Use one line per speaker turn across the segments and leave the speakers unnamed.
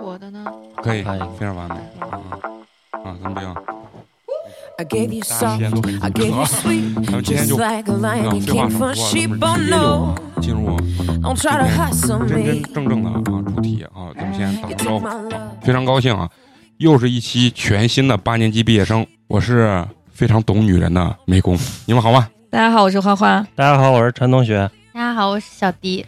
我的呢？
可以，
可以
非常完美啊啊！咱们这样，
I gave you
大家
soft,
先录音
I gave you
啊，
sweet,
咱们今天
just
就
like a
不想
lion.
废
You
话少说
came from
啊，
sheep,
咱
oh
们直接就
no.
进入
Don't try to hustle
真
me.
真正正的啊主题啊，咱们先打
You
个招
took
呼。
my love.
非常高兴啊，又是一期全新的八年级毕业生，我是非常懂女人的美工，你们好吗？
大家好，我是花花。
大家好，我是陈同学。
大家好，我是小迪。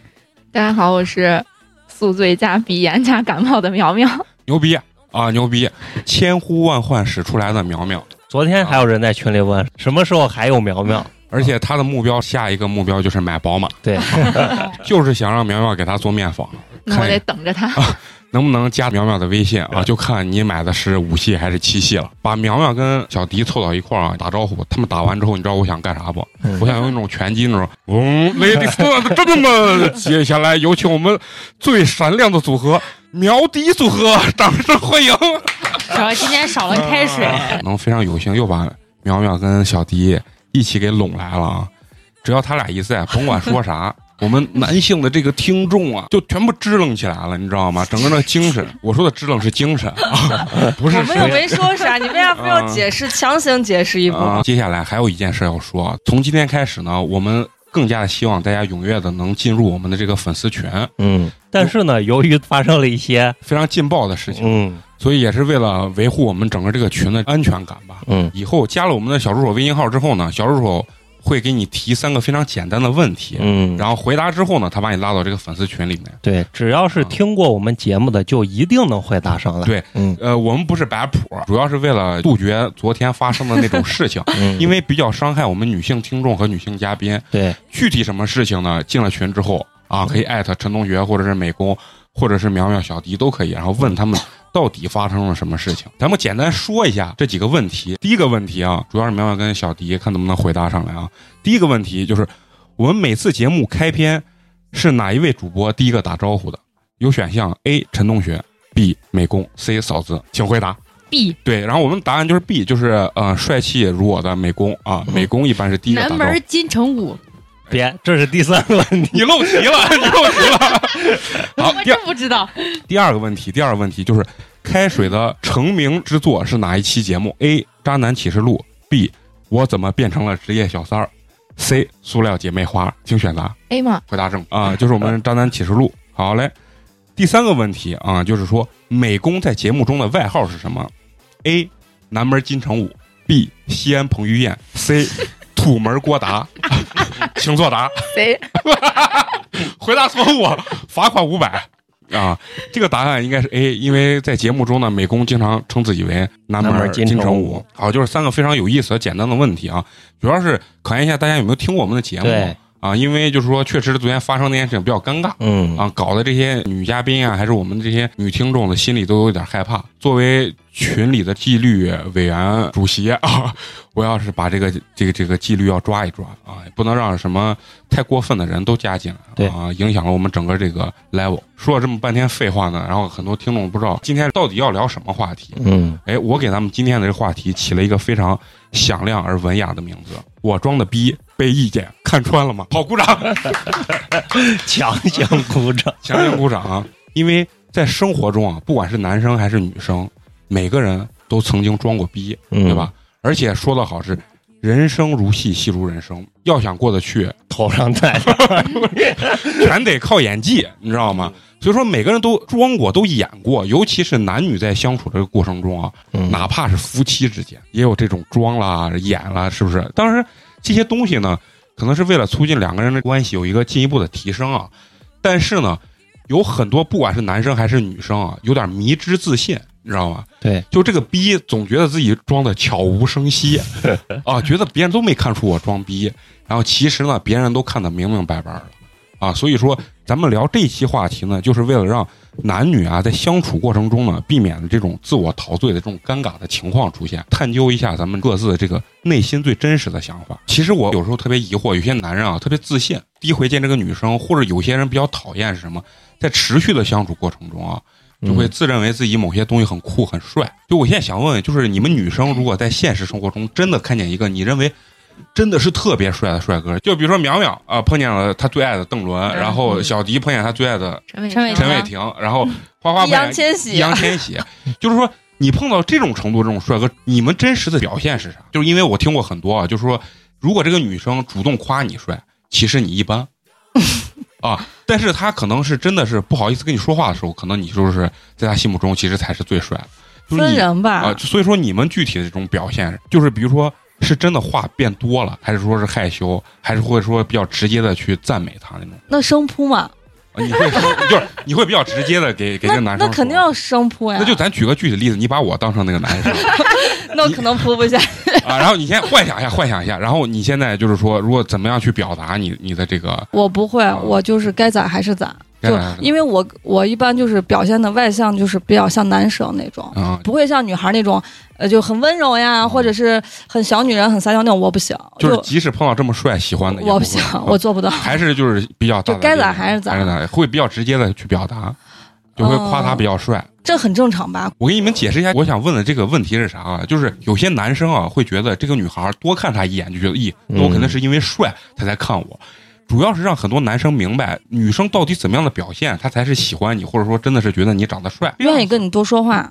大家好，我是宿醉加鼻炎加感冒的 苗苗。
牛逼啊，牛逼！千呼万唤始出来的苗苗，
昨天还有人在群里问，什么时候还有苗苗？
而且他的目标下一个目标就是买宝马，
对，
就是想让苗苗给他做面访，
那我
看
得等着他。
能不能加苗苗的微信啊？就看你买的是五系还是七系了。把苗苗跟小迪凑到一块儿啊，打招呼。他们打完之后，你知道我想干啥不？
嗯
我想用那种拳击那种，嗯，ladies first，真的吗？ 接下来有请我们最闪亮的组合苗迪组合，掌声欢迎！
主要今天少了开水，
能非常有幸又把苗苗跟小迪一起给拢来了啊！只要他俩一在，甭管说啥，我们男性的这个听众啊，就全部支棱起来了，你知道吗？整个那精神，我说的支棱是精神啊， 不
我
是
们又
谁。
没说啥，你为啥非要解释，强行解释一步？
啊，接下来还有一件事要说，啊，从今天开始呢，我们更加的希望大家踊跃的能进入我们的这个粉丝群，
嗯，但是呢，由于发生了一些，
非常劲爆的事情，
嗯
所以也是为了维护我们整个这个群的安全感吧。
嗯
以后加了我们的小助手微信号之后呢，小助手会给你提三个非常简单的问题，
嗯，
然后回答之后呢，他把你拉到这个粉丝群里面。
对，只要是听过我们节目的，就一定能回答上来。
对，
嗯，
呃，我们不是摆谱，主要是为了杜绝昨天发生的那种事情
嗯，
因为比较伤害我们女性听众和女性嘉宾。
对，
具体什么事情呢？进了群之后啊，可以艾特陈同学或者是美工，或者是苗苗、小迪都可以，然后问他们到底发生了什么事情。咱们简单说一下这几个问题。第一个问题啊，主要是苗苗跟小迪看能不能回答上来啊。第一个问题就是我们每次节目开篇是哪一位主播第一个打招呼的？有选项 A 陈同学，B 美工，C 嫂子，请回答。
B
对，然后我们答案就是 B，就是呃帅气如我的美工啊，美工一般是第一个打
嗯南
招呼。
门金城武，
别，这是第三个问题。
你漏题了，你漏题了。好，第二
不知道，
第二个问题，第二个问题就是开水的成名之作是哪一期节目？A. 渣男启示录 B. 我怎么变成了职业小三儿？C. 塑料姐妹花，请选答。
A 嘛，
回答正啊、就是我们渣男启示录。好嘞，第三个问题啊、就是说美工在节目中的外号是什么？A. 南门金城武，B. 西安彭于晏，C. 土门郭达， 请作答。
谁？
回答错误，罚款五百。啊，这个答案应该是 A，因为在节目中呢，美工经常称自己为南
南
门
门金
城
城
武
武。
好，就是三个非常有意思的简单的问题啊，主要是考验一下大家有没有听过我们的节目
对，
啊，因为就是说，确实昨天发生那件事情比较尴尬。
嗯
啊，搞得这些女嘉宾啊，还是我们这些女听众的心里都有点害怕。作为群里的纪律委员主席啊， 我要是把这个这个这个纪律要抓一抓啊，也不能让什么太过分的人都加进来，
对
啊，影响了我们整个这个 level。说了这么半天废话呢，然后很多听众不知道今天到底要聊什么话题。
嗯，
哎，我给咱们今天的这个话题起了一个非常响亮而文雅的名字。我装的逼被意见看穿了吗？好，鼓掌。
强行鼓掌。
强烈鼓掌啊！因为在生活中啊，不管是男生还是女生，每个人都曾经装过逼，
嗯
对吧？？而且说的好是，人生如戏，戏如人生。要想过得去，
头上戴着，
全得靠演技，你知道吗？所以说，每个人都装过，都演过，尤其是男女在相处这个过程中啊，
嗯
哪怕是夫妻之间，也有这种装啦、演啦，是不是？当然，这些东西呢，可能是为了促进两个人的关系有一个进一步的提升啊。但是呢，有很多不管是男生还是女生啊，有点迷之自信，你知道吗？
对，
就这个逼，总觉得自己装的悄无声息啊，觉得别人都没看出我装逼，然后其实呢，别人都看得明明白白的啊。所以说，咱们聊这期话题呢，就是为了让男女啊在相处过程中呢，避免这种自我陶醉的这种尴尬的情况出现，探究一下咱们各自的这个内心最真实的想法。其实我有时候特别疑惑，有些男人啊特别自信，第一回见这个女生，或者有些人比较讨厌是什么，在持续的相处过程中啊，
嗯
就会自认为自己某些东西很酷很帅。就我现在想问问，就是你们女生如果在现实生活中真的看见一个你认为真的是特别帅的帅哥，就比如说苗苗啊、碰见了她最爱的邓伦，然后小迪碰见她最爱的
陈伟
陈伟
陈伟
霆
霆，然后花花碰
啊
见
易烊千玺
易烊千玺，就是说。你碰到这种程度这种帅哥，你们真实的表现是啥？就是因为我听过很多啊，就是说，如果这个女生主动夸你帅，其实你一 般啊，但是她可能是真的是不好意思跟你说话的时候，可能你就是在她心目中其实才是最帅的，就是
分
你
人吧。
啊、所以说你们具体的这种表现，就是比如说是真的话变多了，还是说是害羞，还是会说比较直接的去赞美他那种？
那生扑嘛，
啊你会说 就是你会比较直接的给给这
那
个男生
那肯定
说
要生扑呀。
那就咱举个具体例子，你把我当成那个男生
那我可能扑不 下。
啊，然后你先幻想一下，幻想一下，然后你现在就是说，如果怎么样去表达你你的这个，
我不会
啊，
我就是该咋还是咋。
该
就
咋还是咋
因为我我一般就是表现的外向，就是比较像男生那种，
嗯，
不会像女孩那种，呃，就很温柔呀，或者是很小女人、很撒娇那种，我不行，
啊就是
就
即使碰到这么帅喜欢的，也
我
不
不
会
行，我做不到。
还是就是比较大
就
大
该
咧
咋
咧
还是咋嗯
还是咋，会比较直接的去表达，就会夸他比较帅。
这很正常吧？
我给你们解释一下，我想问的这个问题是啥啊？就是有些男生啊，会觉得这个女孩多看他一眼就觉得，咦，
嗯
那我肯定是因为帅他才看我。主要是让很多男生明白，女生到底怎么样的表现，她才是喜欢你，或者说真的是觉得你长得帅，
愿意跟你多说话，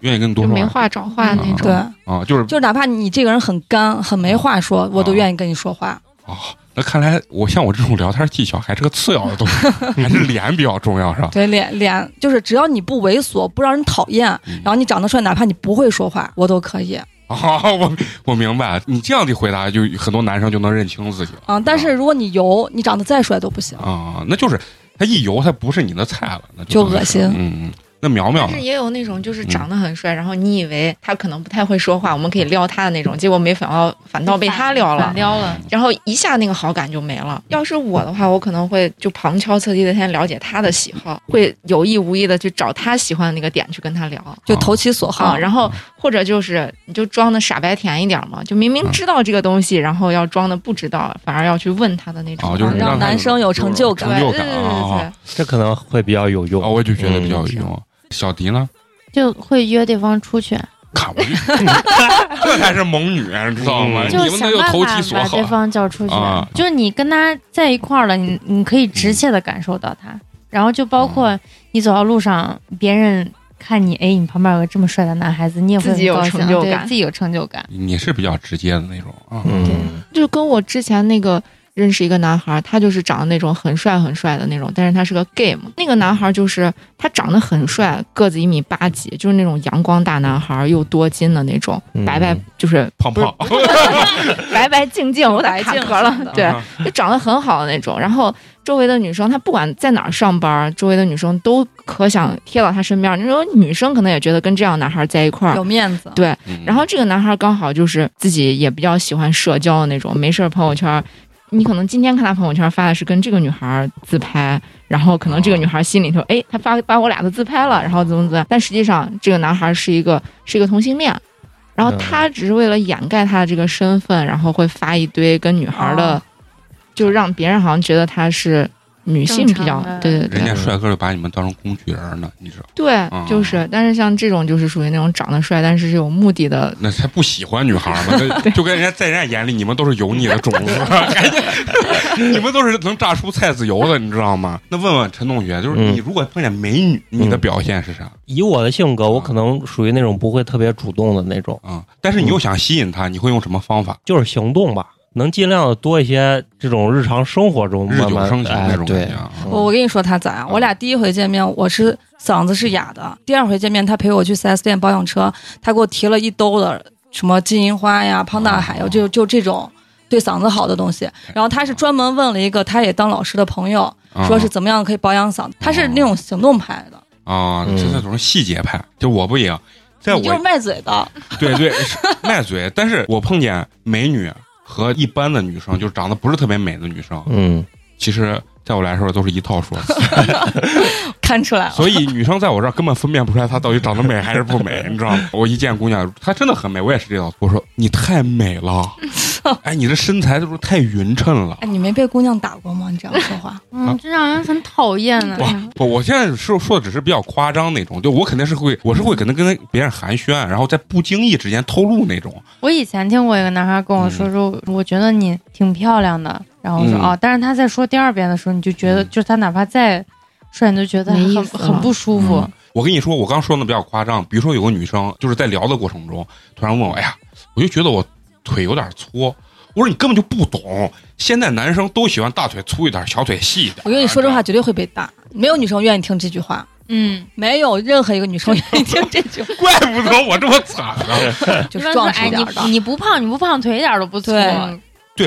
愿意跟你多
就
说
没
话
话找话那种。
对，
啊，就是
就是哪怕你这个人很干，很没话
啊
说，我都愿意跟你说话。
啊。那看来我像我这种聊天技巧还是个次要的东 西，还是脸比较重要，是吧？
对，脸脸就是只要你不猥琐，不让人讨厌，
嗯
然后你长得帅，哪怕你不会说话，我都可以。
啊，我我明白，你这样的回答，就很多男生就能认清自己了
啊，但是如果你油，你长得再帅都不行，
啊，那就是他一油，他不是你的菜了，那
就
等于是
恶心
啊
嗯，嗯那苗苗
但是
呢
也有那种就是长得很帅，然后你以为他可能不太会说话，我们可以撩他的那种，结果没想到反倒被他撩了
反。撩了，
然后一下那个好感就没了。要是我的话，我可能会就旁敲侧击的先了解他的喜好，会有意无意的去找他喜欢的那个点去跟他聊
就投其所
啊。
好。
然后或者就是你就装的傻白甜一点嘛，就明明
嗯
知道这个东西，然后要装的不知道，反而要去问他的那种。
啊，就是
让
他
男生有成就
成
对
就
对
感
对对对
啊，
这可能会比较有
啊，
用。
我就觉得比较有用。小迪呢？
就会约对方出去，
看我就，这才是猛女，你知道吗？
嗯
你
就
们
是
那
想
又
办
投其
法
所
把
好
对方叫出去
啊。
就你跟他在一块儿了，你你可以直接的感受到他，然后就包
嗯
括你走到路上，别人看你，哎，你旁边有个这么帅的男孩子，你也会
自己有
很高兴啊
成就
对
感
自己有成就感。
你是比较直接的那种啊。
嗯，
就跟我之前那个认识一个男孩，他就是长得那种很帅很帅的那种，但是他是个 gay 嘛。那个男孩就是他长得很帅，个子一米八几，就是那种阳光大男孩，又多金的那种，
嗯
白白就是
胖胖，
白白净净，我打卡壳了，对，
啊
就长得很好的那种。然后周围的女生，他不管在哪儿上班，周围的女生都可想贴到他身边。那种女生可能也觉得跟这样男孩在一块儿
有面子，
对，
嗯
然后这个男孩刚好就是自己也比较喜欢社交的那种，没事儿朋友圈儿，你可能今天看他朋友圈发的是跟这个女孩儿自拍，然后可能这个女孩儿心里头，哎，他发把我俩都自拍了，然后怎么怎么样，但实际上这个男孩儿是一个是一个同性恋。然后他只是为了掩盖他的这个身份，然后会发一堆跟女孩儿的，
嗯
哦
就让别人好像觉得他是女性比
正
较
常的，
对对对
人，家帅哥就把你们当成工具人了，你知道？
对
嗯，
就是。但是像这种就是属于那种长得帅，但是是有目的的
那才不喜欢女孩嘛，那就跟人家在人家眼里，你们都是油腻的种子，人家你们都是能榨出菜籽油的，你知道吗？那问问陈同学，就是
嗯
你如果碰见美女，你的表现是啥
以我的性格，我可能属于那种不会特别主动的那种，
啊？但是你又想吸引她，你会用什么方法？
就是行动吧，能尽量的多一些这种日常生活中
日
慢
久
慢
生情
哎
那种感
对
觉，啊？
我我跟你说他咋？我俩
嗯
第一回见面，我是嗓子是哑的。第二回见面，他陪我去 4S 店保养车，他给我提了一兜的什么金银花呀、胖大海呀，
哦
就就这种对嗓子好的东
哎
西。然后他是专门问了一个他也当老师的朋友，
啊
说是怎么样可以保养嗓子。他是那种行动派的，
啊，
嗯
这这种细节派，就我不一样，在
你就是
我
卖嘴的。
对对是卖嘴，但是我碰见美女和一般的女生，就是长得不是特别美的女生，
嗯，
其实在我来说都是一套说 辞，
看 出来了。
所以女生在我这儿根本分辨不出来她到底长得美还是不美，你知道吗？我一见姑娘，她真的很美，我也是这套。我说你太美 了，哎，你这身材都是太匀称了。
哎，你没被姑娘打过吗？你这样说 话，
啊
嗯，这让人很讨厌呢。哎呀
不，我现在是说的只是比较夸张那种，就我肯定是会，我是会可能跟别人寒暄，啊然后在不经意之间透露那种。
我以前听过一个男孩跟我说说，我觉得你挺漂亮的，然后我说
嗯
哦，但是他在说第二遍的时候，你就觉得
嗯
就是他哪怕再帅，你就觉得
没意
很
思
很
了
不舒服
嗯。我跟你说，我刚说的比较夸张，比如说有个女生就是在聊的过程中，突然问我，哎呀，我就觉得我腿有点粗。我说你根本就不懂，现在男生都喜欢大腿粗一点，小腿细一点。
我跟你说这话绝对会被打，没有女生愿意听这句话，
嗯，
没有任何一个女生愿意听这句话，
怪不得我这么惨啊呢、
就
一
是
般说
壮实
哎
点
你
儿的。
你不胖你不胖，腿一点都不粗，啊
对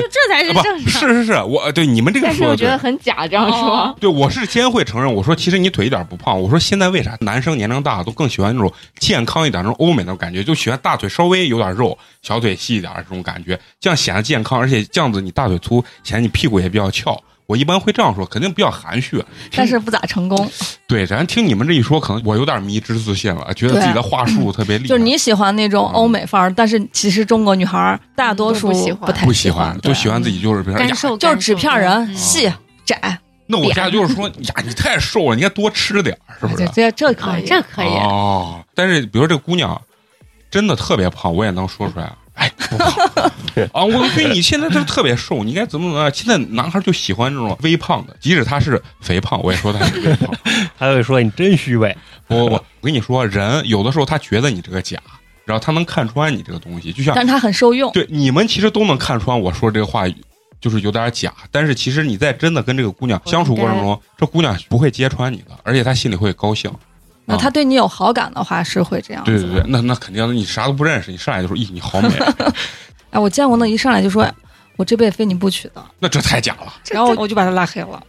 对
就这才是
啊
正
不
常。
是是是，我呃对你们这个
但是
说
我
的
觉
对
得。很假，这样说。
对，我是先会承认，我说其实你腿一点不胖。我说现在为啥男生年龄大都更喜欢那种健康一点、那种欧美那种感觉，就喜欢大腿稍微有点肉，小腿细一点这种感觉，这样显得健康，而且这样子你大腿粗，显得你屁股也比较翘。我一般会这样说，肯定比较含蓄。
但是不咋成功，
对，咱听你们这一说，可能我有点迷之自信了，觉得自己的话术特别厉害。
嗯就是你喜欢那
嗯
种欧美范儿，但是其实中国女孩儿大多数
都不喜欢
太
不喜
喜
欢，
对
都喜欢自己就是比如说哎
干
呀，
瘦
就是
干
纸
瘦
片
嗯
人细窄，
那我家就是说哎呀，你太瘦了，你应该多吃点儿，是不是？
这这可
啊
以，
这可以。
哦，但是比如说这个姑娘真的特别胖，我也能说 出来。哎，不胖 啊！我觉得你现在就是特别瘦，你应该怎么怎么样？现在男孩就喜欢这种微胖的，即使他是肥胖，我也说他是微胖。
还会说你真虚伪，
不不不，我跟你说，人有的时候他觉得你这个假，然后他能看穿你这个东西，就像
但是它很受用。
对，你们其实都能看穿我说这个话就是有点假，但是其实你在真的跟这个姑娘相处过程中，这姑娘不会揭穿你的，而且她心里会高兴。
那他对你有好感的话是会这样子。
对对对，。那那肯定的，你啥都不认识，你上来就说咦你好美，啊
哎，我见过那一上来就说我这辈子非你不娶的，
那这太假了。
然后我就把他拉黑了。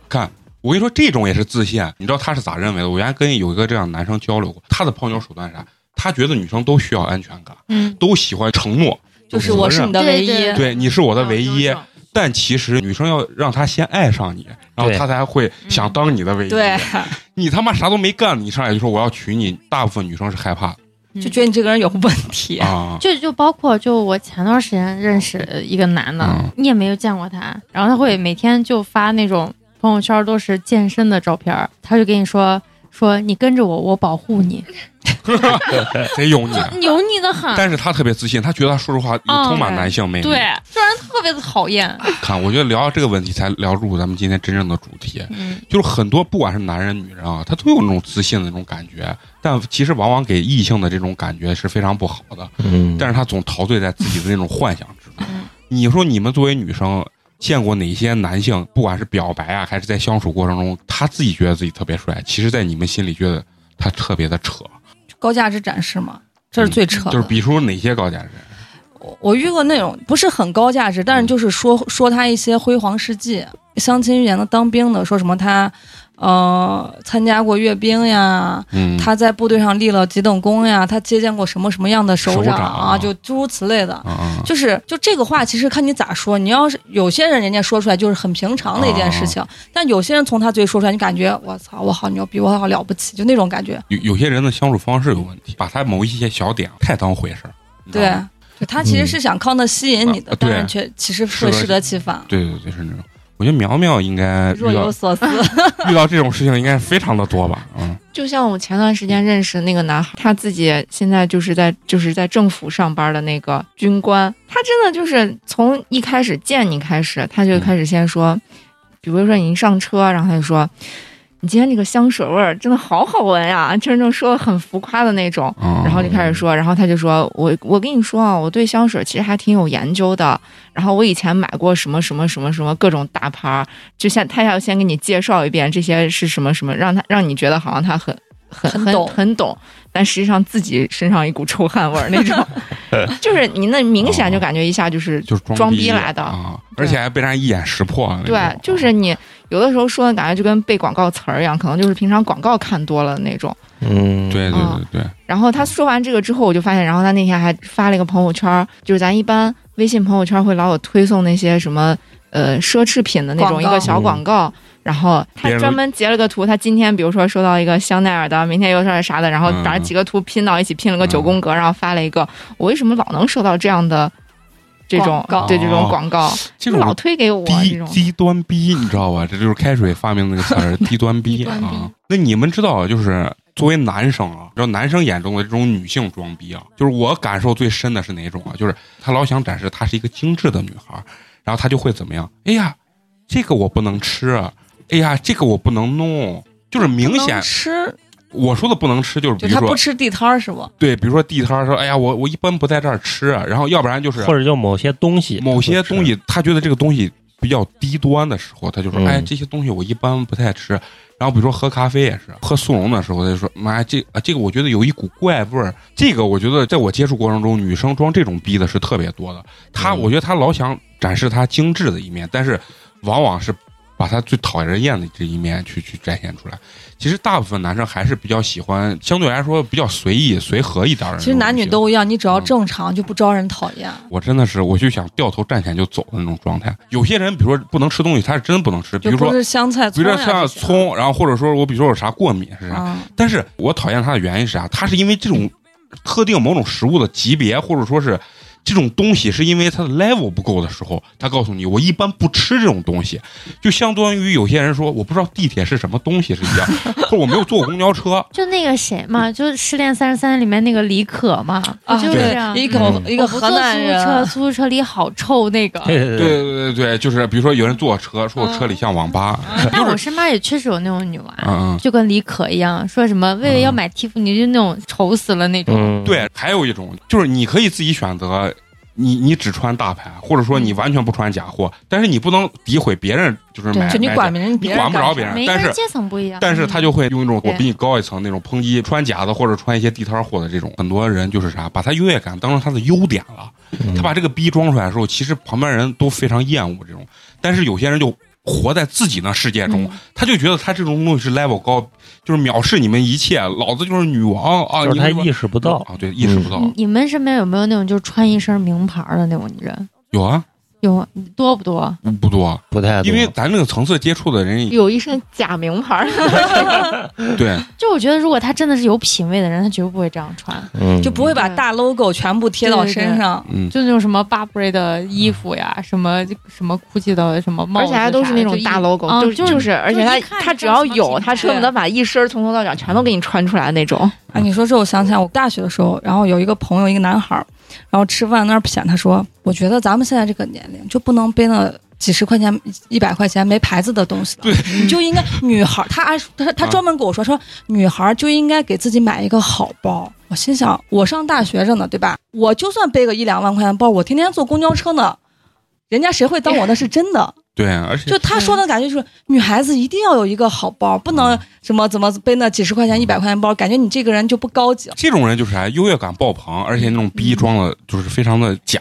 我跟你说，这种也是自信。啊你知道他是咋认为的？我原来跟有一个这样的男生交流过，他的泡妞手段是啥？他觉得女生都需要安全感，
嗯，
都喜欢承诺，
就是我是你的唯一，
对对
对你是我
我
的唯一。但其实女生要让他先爱上你，然后
对
他才会
嗯
想当你的唯一。
对，
你他妈啥都没干，你上来就说我要娶你，大部分女生是害怕的
就觉得你这个人有问题。
啊。
就就包括就我前段时间认识一个男的，
嗯
你也没有见过他，然后他会每天就发那种朋友圈都是健身的照片儿，他就跟你说说你跟着我，我保护你，
贼油腻。
就油腻的很，
啊但是他特别自信，他觉得他说实话有
嗯
充满男性魅力。
对，就让人特别的讨厌。
看，我觉得聊到这个问题才聊入咱们今天真正的主题。啊
嗯，
就是很多不管是男人女人啊，他都有那种自信的那种感觉，但其实往往给异性的这种感觉是非常不好的。
嗯
但是他总陶醉在自己的那种幻想之中。你说你们作为女生，见过哪些男性，不管是表白啊，还是在相处过程中，他自己觉得自己特别帅，其实，在你们心里觉得他特别的扯，
高价值展示嘛，这是最扯的。
就是比如哪些高价值？
我我遇过那种不是很高价值，
嗯
但是就是说说他一些辉煌事迹，相亲遇见的当兵的，说什么他呃参加过阅兵呀，
嗯，
他在部队上立了几等功呀，他接见过什么什么样的首
首
长
长
啊，
啊
就诸如此类的。
啊啊，
就是就这个话，其实看你咋说。你要是有些人，人家说出来就是很平常的一件事情，
哦
但有些人从他嘴里说出来，你感觉我操，我好牛逼，我好了不起，就那种感觉。
有有些人的相处方式有问题，把他某一些小点太当回事儿。你知道
对
吗，
就他其实是想靠那吸引你
嗯
的，
啊
但
嗯对
是却其实会适得其反。
对对对，是那种。我觉得苗苗应该
若
遇到
有所思，
遇到这种事情应该非常的多吧？嗯，
就像我前段时间认识的那个男孩，他自己现在就是在就是在政府上班的那个军官，他真的就是从一开始见你开始，他就开始先
嗯
说，比如说你一上车，然后他就说。你今天这个香水味儿真的好好闻呀、就是那种说的很浮夸的那种，
嗯
然后就
哦
开始说，然后他就说，我我跟你说啊，我对香水其实还挺有研究的。然后我以前买过什么什么什么什么各种大牌儿，就像他要先给你介绍一遍这些是什么什么，让他让你觉得好像他很很
很
很
懂
很懂，但实际上自己身上一股臭汗味儿那种，就是你那明显就感觉一下就是
就是
装
逼
逼来的
啊，
对
而且还被人家一眼识破了那种。
对，就是你有的时候说的感觉就跟背广告词儿一样，可能就是平常广告看多了那种。
嗯，
对对对
嗯
对，
然后他说完这个之后，我就发现，然后他那天还发了一个朋友圈儿，就是咱一般微信朋友圈会老有推送那些什么呃奢侈品的那种
广
一
告
嗯
个小广告，然后他
别人
专门截了个图，他今天比如说收到一个香奈儿的，明天又是啥的，然后
嗯
把几个图拼到一起，拼了个九宫格，然后发了一个。我为什么老能收到这样的这种
广告
对这种广告？
这种
老推给我啊这
低
种。
低端逼，你知道吧？这就是开水发明的那个词 儿，低端逼
低端逼
啊。那你们知道，就是作为男生啊，知道男生眼中的这种女性装逼啊，就是我感受最深的是哪种啊？就是他老想展示她是一个精致的女孩儿，然后他就会怎么样？哎呀，这个我不能吃啊，哎呀，这个我不能弄，就是明显
能吃，
我说的不能吃，就是比
就
如
他不
说嗯
吃地摊儿是吗？
对，比如说地摊儿说，哎呀，我我一般不在这儿吃啊，然后要不然就是
或者就某些东西，
某些东西，他觉得这个东西比较低端的时候，他就说：“
嗯
哎，这些东西我一般不太吃。”然后比如说喝咖啡也是，喝速溶的时候，他就说：“妈呀，这啊这个我觉得有一股怪味儿。”这个我觉得在我接触过程中，女生装这种逼的是特别多的。她，
嗯
我觉得她老想展示她精致的一面，但是往往是把她最讨人厌的这一面去去展现出来。其实大部分男生还是比较喜欢，相对来说比较随意、随和一点儿的那种类型。
其实男女都一样，你只要
嗯
正常就不招人讨厌。
我真的是，我就想掉头站起来就走的那种状态。有些人，比如说不能吃东西，他是真不能吃，比
就
如说
不，是香菜、
比
葱
如
呀
说像
这些的。
葱，然后或者说我比如说有啥过敏是啥，
啊，
但是我讨厌他的原因是啥？他是因为这种特定某种食物的级别，或者说是这种东西，是因为它的 level 不够的时候，他告诉你我一般不吃这种东西，就相当于有些人说我不知道地铁是什么东西是一样，或者我没有坐过公交车，
就那个谁嘛，就《失恋三十三》里面那个李可嘛，不
啊
就是
对
这样。
一个
嗯
一
我
个
不
河
坐
南
出租车，
人，啊
出租车里好臭那个。
对对
啊对对对对，就是比如说有人坐车说
嗯
我车里像网吧，
但我身边也确实有那种女娃，
嗯嗯。
就跟李可一样，说什么为了要买 Tiffany 就那种愁死了那种。
嗯，
对，还有一种就是你可以自己选择，你你只穿大牌，或者
嗯
说你完全不穿假货，但是你不能诋毁别人，就是
对
买
就你
买
管
假
别人，
你管不
干
着
啥
别人
每个
嗯但是
人阶层不一样，嗯
但是他就会用一种我
对
比你高一层那种抨击穿假的或者穿一些地摊货的这种，很多人就是啥，把他优越感当成他的优点了。
嗯
他把这个逼装出来的时候，其实旁边人都非常厌恶这种，但是有些人就活在自己那世界
嗯
中，他就觉得他这种东西是 level 高，就是藐视你们一切，老子就是女王啊！
就是
你
他
们
意识不到，
啊，对，意识不到、
嗯
你你们身边有没有那种就穿一身名牌的那种人？
有啊，
有多不多？
不多。啊
不太
因为
懂
咱这个层次接触的人，
有一身假名牌儿，
对，
就我觉得，如果他真的是有品位的人，他绝对不会这样穿，
嗯
就不会把大 logo 全部贴到身上。
嗯，
就那种什么 Burberry 的衣服呀，什么什么 GUCCI 的什么帽
而
子
且
啥的，
还都是那种
就一
大 logo，
啊
就，
就是
而且他
一看
他
就
只要
知道什么
有，
品
他
牌
恨不得把一身从头到脚全都给你穿出来那种。
哎，你说这我想起来，我大学的时候，然后有一个朋友，一个男孩儿，然后吃饭那儿谝，他说：“我觉得咱们现在这个年龄就不能背那几十块钱、一百块钱没牌子的东西了，你就应该女孩儿。”他还说他他
啊
专门跟我说说女孩儿就应该给自己买一个好包。我心想，我上大学着呢，对吧？我就算背个一两万块钱包，我天天坐公交车呢，人家谁会当我那是真的？
对，而且
就他说的感觉就是，女孩子一定要有一个好包，不
嗯
能什么怎么背那几十块钱、一百块钱包，感觉你这个人就不高级。
这种人就是啥，优越感爆棚，而且那种逼装的就是非常的假。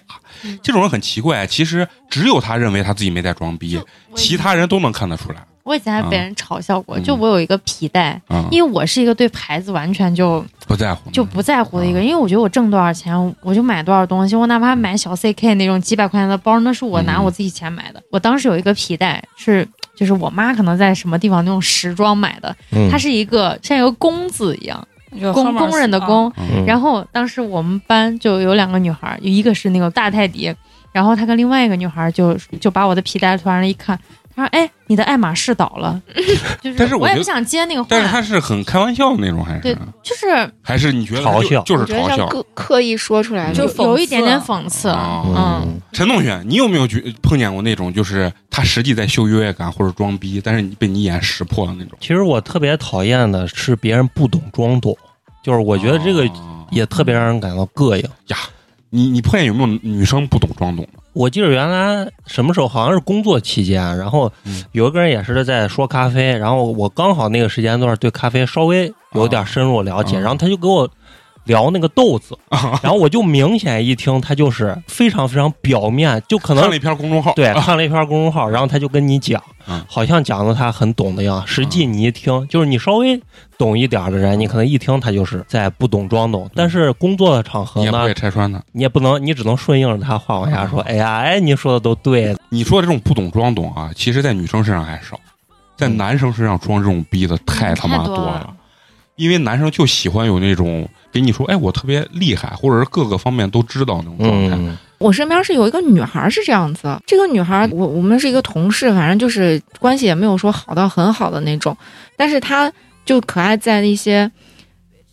这种人很奇怪，其实只有他认为他自己没在装逼，其他人都能看得出来
我以前还被人嘲笑过，
嗯
就我有一个皮带，
啊，
因为我是一个对牌子完全就
不在乎
就不在乎的一
嗯
个人，因为我觉得我挣多少钱，我就买多少东西。我哪怕买小 CK 那种几百块钱的包，那是我拿
嗯
我自己钱买的。我当时有一个皮带是。就是我妈可能在什么地方那种时装买的，
嗯
嗯
它是一个像一个工字一样，工工人的工。
嗯
然后当时我们班就有两个女孩儿，有一个是那个大泰迪，然后她跟另外一个女孩儿就就把我的皮带突然一看，她说：“哎，你的爱马仕倒 了。”就
但是我
我也
觉
不
得
想接那个话，
但是他是很开玩笑的那种，还
对
是
就是
还是你觉得
嘲
就
笑
就是
我觉得
嘲
这
笑
样刻刻意说出来
就
的
讽
有一点
刺
点讽刺。
啊
嗯
陈同学，你有没有觉碰见过那种就是他实际在秀优越感或者装逼，但是你被你一眼识破的那种？
其实我特别讨厌的是别人不懂装懂，就是我觉得这个
啊
也特别让人感到膈应。
你你碰见有没有女生不懂装懂的？
我记得原来什么时候，好像是工作期间，然后
嗯
有一个人也是在说咖啡，然后我刚好那个时间段对咖啡稍微有点深入了解，
啊
然后他就给我聊那个豆子，
哦
然后我就明显一听他就是非常非常表面，就可
看
能
了一篇公众号，
对
啊
看了一篇公众号，然后他就跟你讲
嗯，
好像讲的他很懂的样，实际你一听就是你稍微懂一点的人，你可能一听他就是在不懂装懂，但是工作的场
嗯
合
也不
呢
会，拆穿他。
你也不能，你只能顺应着他话往下
啊
说，哎呀，哎，你说的都对，
你说的这种不懂装懂啊，其实在女生身上还少。在男生身上装这种逼的
嗯
太他妈
太
多
多
了
了。
因为男生就喜欢有那种给你说，哎，我特别厉害，或者是各个方面都知道那种状态。
嗯，
我身边是有一个女孩儿是这样子，这个女孩儿我我们是一个同事，反正就是关系也没有说好到很好的那种，但是她就可爱在一些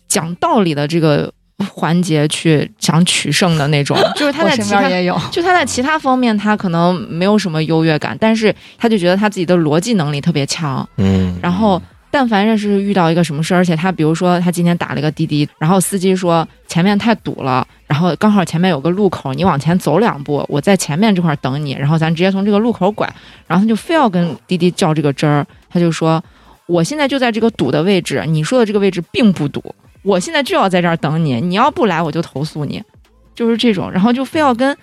讲道理的这个环节去想取胜的那种，就是她
我
在
身
其他
边也有，
就她在其他方面她可能没有什么优越感，但是她就觉得她自己的逻辑能力特别强，
嗯，
然后但凡认识遇到一个什么事儿，而且他比如说他今天打了一个滴滴，然后司机说前面太堵了，然后刚好前面有个路口，你往前走两步，我在前面这块儿等你，然后咱直接从这个路口拐，然后他就非要跟滴滴较这个真儿，他就说我现在就在这个堵的位置，你说的这个位置并不堵，我现在就要在这儿等你，你要不来我就投诉你，就是这种，然后就非要跟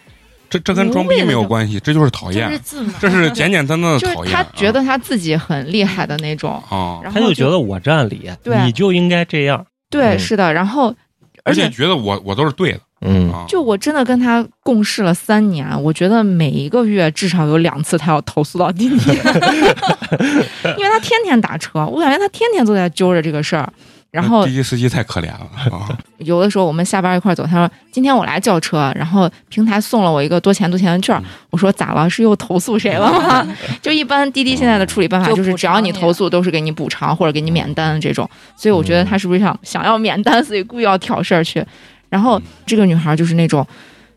这这跟装逼没有关系，这就是讨厌，
自满
这是简简单单的
就是
讨厌。
他觉得他自己很厉害的那种，
啊，
然
啊他
后
就觉得我占理，
对
你就应该这样，
对
嗯
是的，然后
而且觉得我我都是对的
嗯，
啊。
就我真的跟他共事了三年，我觉得每一个月至少有两次他要投诉到滴滴，因为他天天打车，我感觉他天天都在揪着这个事儿。然后
滴滴司机太可怜了 啊，
有的时候我们下班一块儿走，他说今天我来叫车，然后平台送了我一个多钱多钱的券儿
嗯，
我说咋了？是又投诉谁了吗？ 就一般滴滴现在的处理办法
就
就是
补
只要
偿
你
你嗯
投诉都是给你补偿或者给你免单这种，所以我觉得他是不是想想要免单，所以故意要挑事儿去。然后
嗯
这个女孩就是那种。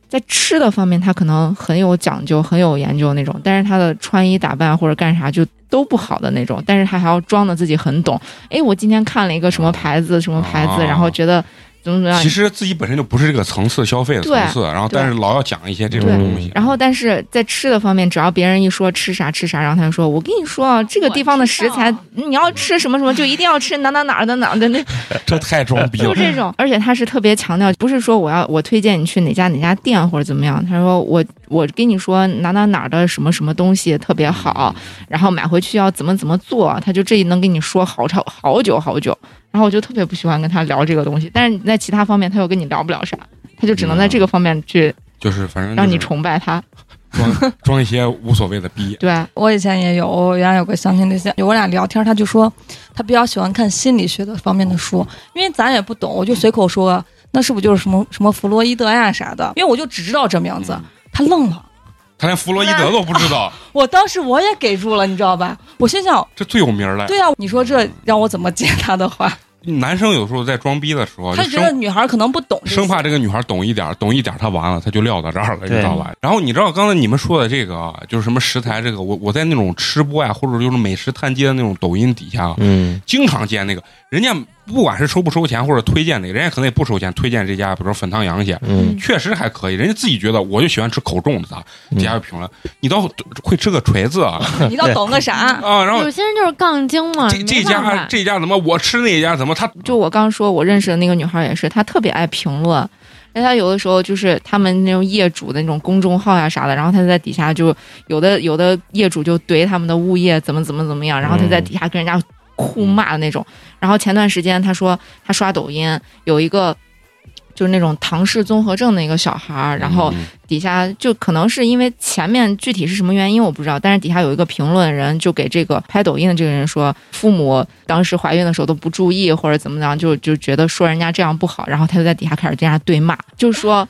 在吃的方面，她可能很有讲究、很有研究那种，但是她的穿衣打扮或者干啥就都不好的那种，但是她还要装的自己很懂。哎，我今天看了一个什么牌子、什么牌子，
哦
啊
然后觉得怎么怎么样
其，实自己本身就不是这个层次消费的层次，然后但是老要讲一些这种
啊对
东西，
然后，但是在吃的方面，只要别人一说吃啥吃啥，然后他就说：“我跟你说啊，这个地方的食材
我知，
你要吃什么什么，就一定要吃哪哪哪儿的哪儿的那，
这太装逼
就
了。
这 种。”而且他是特别强调，不是说我要我推荐你去哪家哪家店或者怎么样，他说我我跟你说哪哪哪儿的什么什么东西特别好，
嗯
然后买回去要怎么怎么做，他就这一能跟你说好长好久好久。然后我就特别不喜欢跟他聊这个东西，但是你在其他方面他又跟你聊不了啥，他就只
嗯
能在这个方面去
就是反正就是
让你崇拜他，
装装一些无所谓的逼，
对。
我以前也有，我原来有个相亲对象，我俩聊天，他就说他比较喜欢看心理学的方面的书，因为咱也不懂，我就随口说，那是不是就是什么什么弗洛伊德呀啥的？因为我就只知道这名字
嗯，
他愣了。
他连弗洛伊德都不知 道，
我当时我也给住了，你知道吧？我心想，
这最有名儿了。
对啊，你说这让我怎么接他的话？
男生有时候在装逼的时候，
他
哦就
觉得
生
女孩可能不懂些，
生怕这个女孩懂一点儿，懂一点儿他完了，他就撂到这儿了，你
对
知道吧？然后你知道刚才你们说的这个啊就是什么食材这个，我我在那种吃播呀，或者就是美食探街的那种抖音底下啊，
嗯，
经常见那个人家不管是收不收钱或者推荐哪个，人家可能也不收钱，推荐这家比如说粉汤羊血，
嗯，
确实还可以，人家自己觉得我就喜欢吃口重的，
嗯
底下有评论，你倒会吃个锤子啊
你倒懂 个啥？
啊，然后
有些人就是杠精嘛，
这这
没办
家
法
这家怎么我吃那家怎么他
就我刚说，我认识的那个女孩也是，她特别爱评论。那她有的时候就是他们那种业主的那种公众号呀、啥的，然后她在底下就有的有的业主就怼他们的物业怎么怎么怎么样，然后她在底下跟人家互骂的那种。然后前段时间她说她刷抖音有一个就是那种唐氏综合症的一个小孩儿，然后
嗯
底下就可能是因为前面具体是什么原因我不知道，但是底下有一个评论人就给这个拍抖音的这个人说，父母当时怀孕的时候都不注意或者怎么样，就就觉得说人家这样不好，然后他就在底下开始跟人家对骂，就说。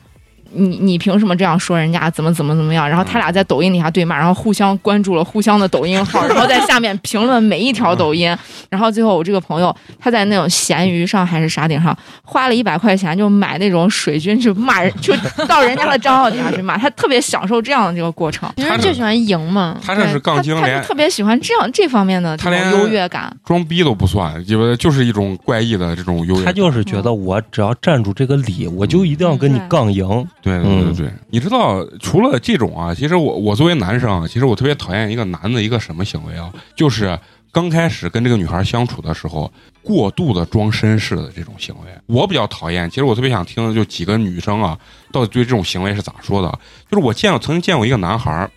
你你凭什么这样说人家怎么怎么怎么样？然后他俩在抖音底下对骂，然后互相关注了互相的抖音号，然后在下面评论每一条抖音。然后最后我这个朋友他在那种闲鱼上还是啥顶上花了一百块钱就买那种水军去骂人， 就到人家的账号底下去骂，他特别享受这样的这个过程。
女人就喜欢赢嘛，
他这是杠精
对他他
连
就特别喜欢这样这方面的这
他连
种优越感。
装逼都不算，就就是一种怪异的这种优越
他
感。
就是觉得我只要站住这个理，我就一定要跟你
嗯
杠赢。
对对对对对，你知道除了这种啊，其实我我作为男生啊，其实我特别讨厌一个男的一个什么行为啊，就是刚开始跟这个女孩相处的时候，过度的装绅士的这种行为，我比较讨厌。其实我特别想听的就几啊个女生啊，到底对这种行为是咋说的？就是我见过曾经见过一个男孩儿，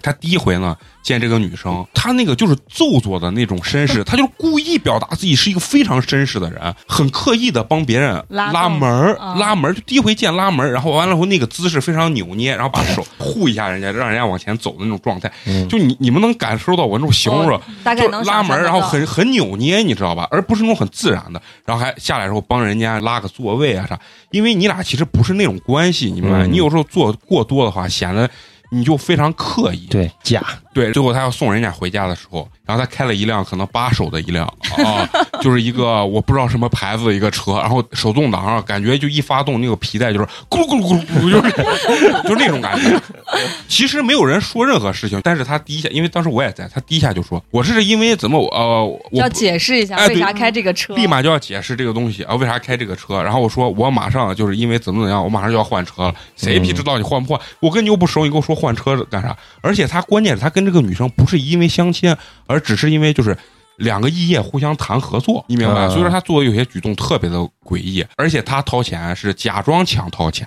他第一回呢见这个女生，他那个就是揍作的那种绅士，他就是故意表达自己是一个非常绅士的人，很刻意的帮别人
拉
拉
动
门儿、
啊
拉门儿，就第一回见拉门儿，然后完了后那个姿势非常扭捏，然后把 手护一下人家，让人家往前走的那种状态，
嗯
就你你们能感受到我那种形容啊
哦大概
就
能
拉
想象
门儿，
得
然后
到
很很扭捏，你知道吧？而不是那种很自然的，然后还下来之后帮人家拉个座位啊啥，因为你俩其实不是那种关系，你明白吗？
嗯
你有时候做过多的话，显得你就非常刻意。
对假，
对，最后他要送人家回家的时候，然后他开了一辆可能八手的一辆啊，就是一个我不知道什么牌子的一个车，然后手动挡，啊感觉就一发动那个皮带就是咕噜咕噜咕噜咕噜，就是就是那种感觉。其实没有人说任何事情，但是他第一下，因为当时我也在，他第一下就说我这是因为怎么我呃我
要解释一下
哎对
为啥开这个车，
立马就要解释这个东西啊，为啥开这个车？然后我说我马上就是因为怎么怎么样，我马上就要换车了，谁
嗯
皮知道你换不换？我跟你又不熟，你跟我说换车干啥？而且他关键是他跟这个女生不是因为相亲，而只是因为就是。两个异业互相谈合作，你明白吧？
嗯
所以说他做的有些举动特别的诡异，而且他掏钱是假装想掏钱，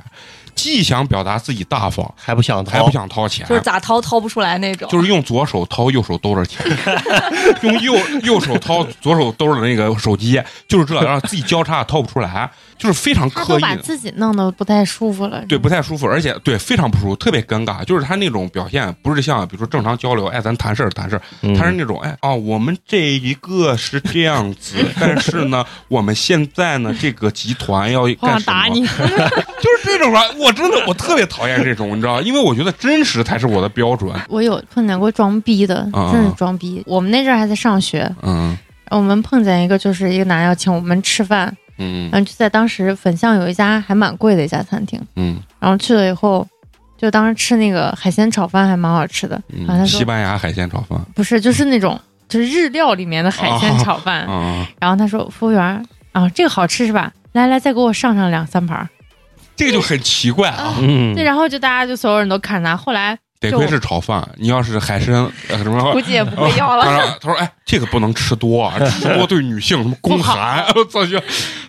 既想表达自己大方，
还不想
还
掏
不，想掏钱，
就是咋掏掏不出来那种，
就是用左手掏，右手兜着钱， 用右右手掏，左手兜着那个手机，就是这，然后自己交叉掏不出来，就是非常
他
刻
都
意
把
的。
自己弄得不太舒服了。
对，不太舒服，而且对非常不舒服，特别尴尬。就是他那种表现，不是像比如说正常交流，哎，咱谈事儿谈事儿，
嗯
他是那种哎啊，我们这一个是这样子，但是呢，我们现在呢，这个集团要
好
干
想
什么
打？你，
就是这种啊，我真的我特别讨厌这种，你知道，因为我觉得真实才是我的标准。
我有碰见过装逼的，
啊
真是装逼。我们那阵儿还在上学，
嗯
我们碰见一个，就是一个男要请我们吃饭，
嗯
然后就在当时粉巷有一家还蛮贵的一家餐厅，
嗯
然后去了以后，就当时吃那个海鲜炒饭还蛮好吃的，然后
嗯，
他
西
说
班牙海鲜炒饭。
不是，就是那种就是日料里面的海鲜炒饭，
啊，
然后他说服务员儿啊，这个好吃是吧？来来，再给我上上两三盘儿。
这个就很奇怪啊。
嗯
对，，然后就大家就所有人都看他，后来
得亏是炒饭，你要是海参呃什么，
估计也不会 要了。
他说他说哎，这个不能吃多，啊，吃多对女性什么宫寒，我操就。 啊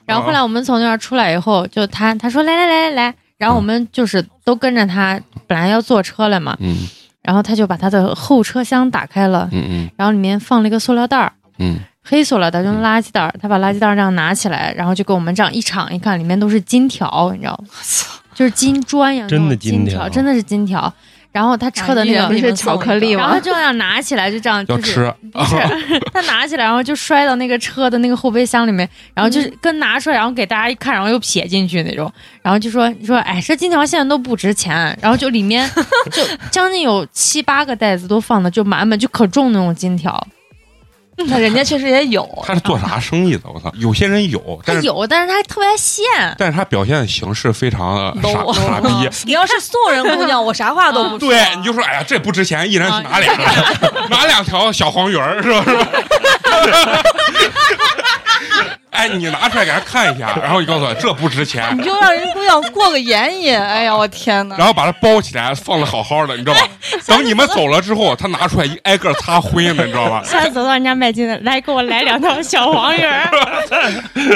然后后来我们从那儿出来以后，就他他说来来来来来，然后我们就是都跟着他，本来要坐车了嘛，
嗯
然后他就把他的后车厢打开了，
嗯
然后里面放了一个塑料袋儿，
嗯
黑塑料袋儿就是垃圾袋儿，他把垃圾袋儿这样拿起来，然后就给我们这样一敞一看，里面都是金条，你知道吗？就是金砖呀，
真的
那种金
金条
真的是金条。然后他车的那
哎
个
不。是巧克力
你
然
吗
后他？就那样拿起来，就这样，
要
就是
吃啊
不是，他拿起来，然后就摔到那个车的那个后备箱里面，然后就是跟拿出来，然后给大家一看，然后又撇进去那种，然后就说你说哎，这金条现在都不值钱，然后就里面 就将近有七八个袋子都放的就满满就可重那种金条，
那人家确实也有，
他是做啥生意的？我操，有些人有，
他
但是
有，但是他还特别爱现，？
但是他表现的形式非常的
low
傻傻逼。
你要是送人姑娘，我啥话都不说，
对，你就说，哎呀，这不值钱，一人去拿俩，拿两条小黄鱼儿，是吧？是吧？ 哎，你拿出来给他看一下，然后你告诉我这不值钱，
你就让人姑娘过个眼瘾。哎呀，我天哪！
然后把它包起来，放的好好的，你知道吧？等你们走了之后，他拿出来一挨个擦灰呢，你知道吧
下次走到人家卖金的，来给我来两条小黄鱼 儿，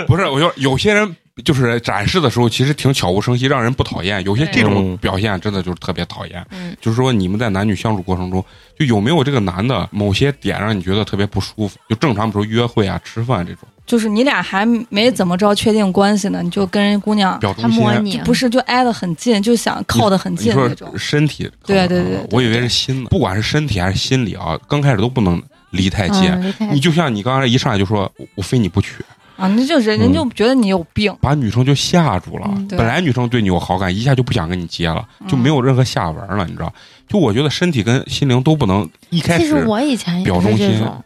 不是，我就有些人就是展示的时候，其实挺悄无声息，让人不讨厌。有些这种
嗯
表现真的就是特别讨厌。
嗯
就是说，你们在男女相处过程中，就有没有这个男的某些点让你觉得特别不舒服？就正常，比如约会啊、吃饭这种，
就是你俩还没怎么着确定关系呢，你就跟人姑娘
表
他
忠心
摸。你，
不是就挨得很近，就想靠得很
你
近
说
那种。
身体？啊
对对对对
我以为是心呢。不管是身体还是心理啊，刚开始都不能离太近。
嗯离开
你就像你刚才一上来就说，我我非你不娶。
啊，那就人
嗯
人就觉得你有病，
把女生就吓住了。
嗯
对
本来女生对你有好感，一下就不想跟你接了，就没有任何下文了，你知道？就我觉得身体跟心灵都不能一开
其实
始
我以前也
表忠
是这
心
种，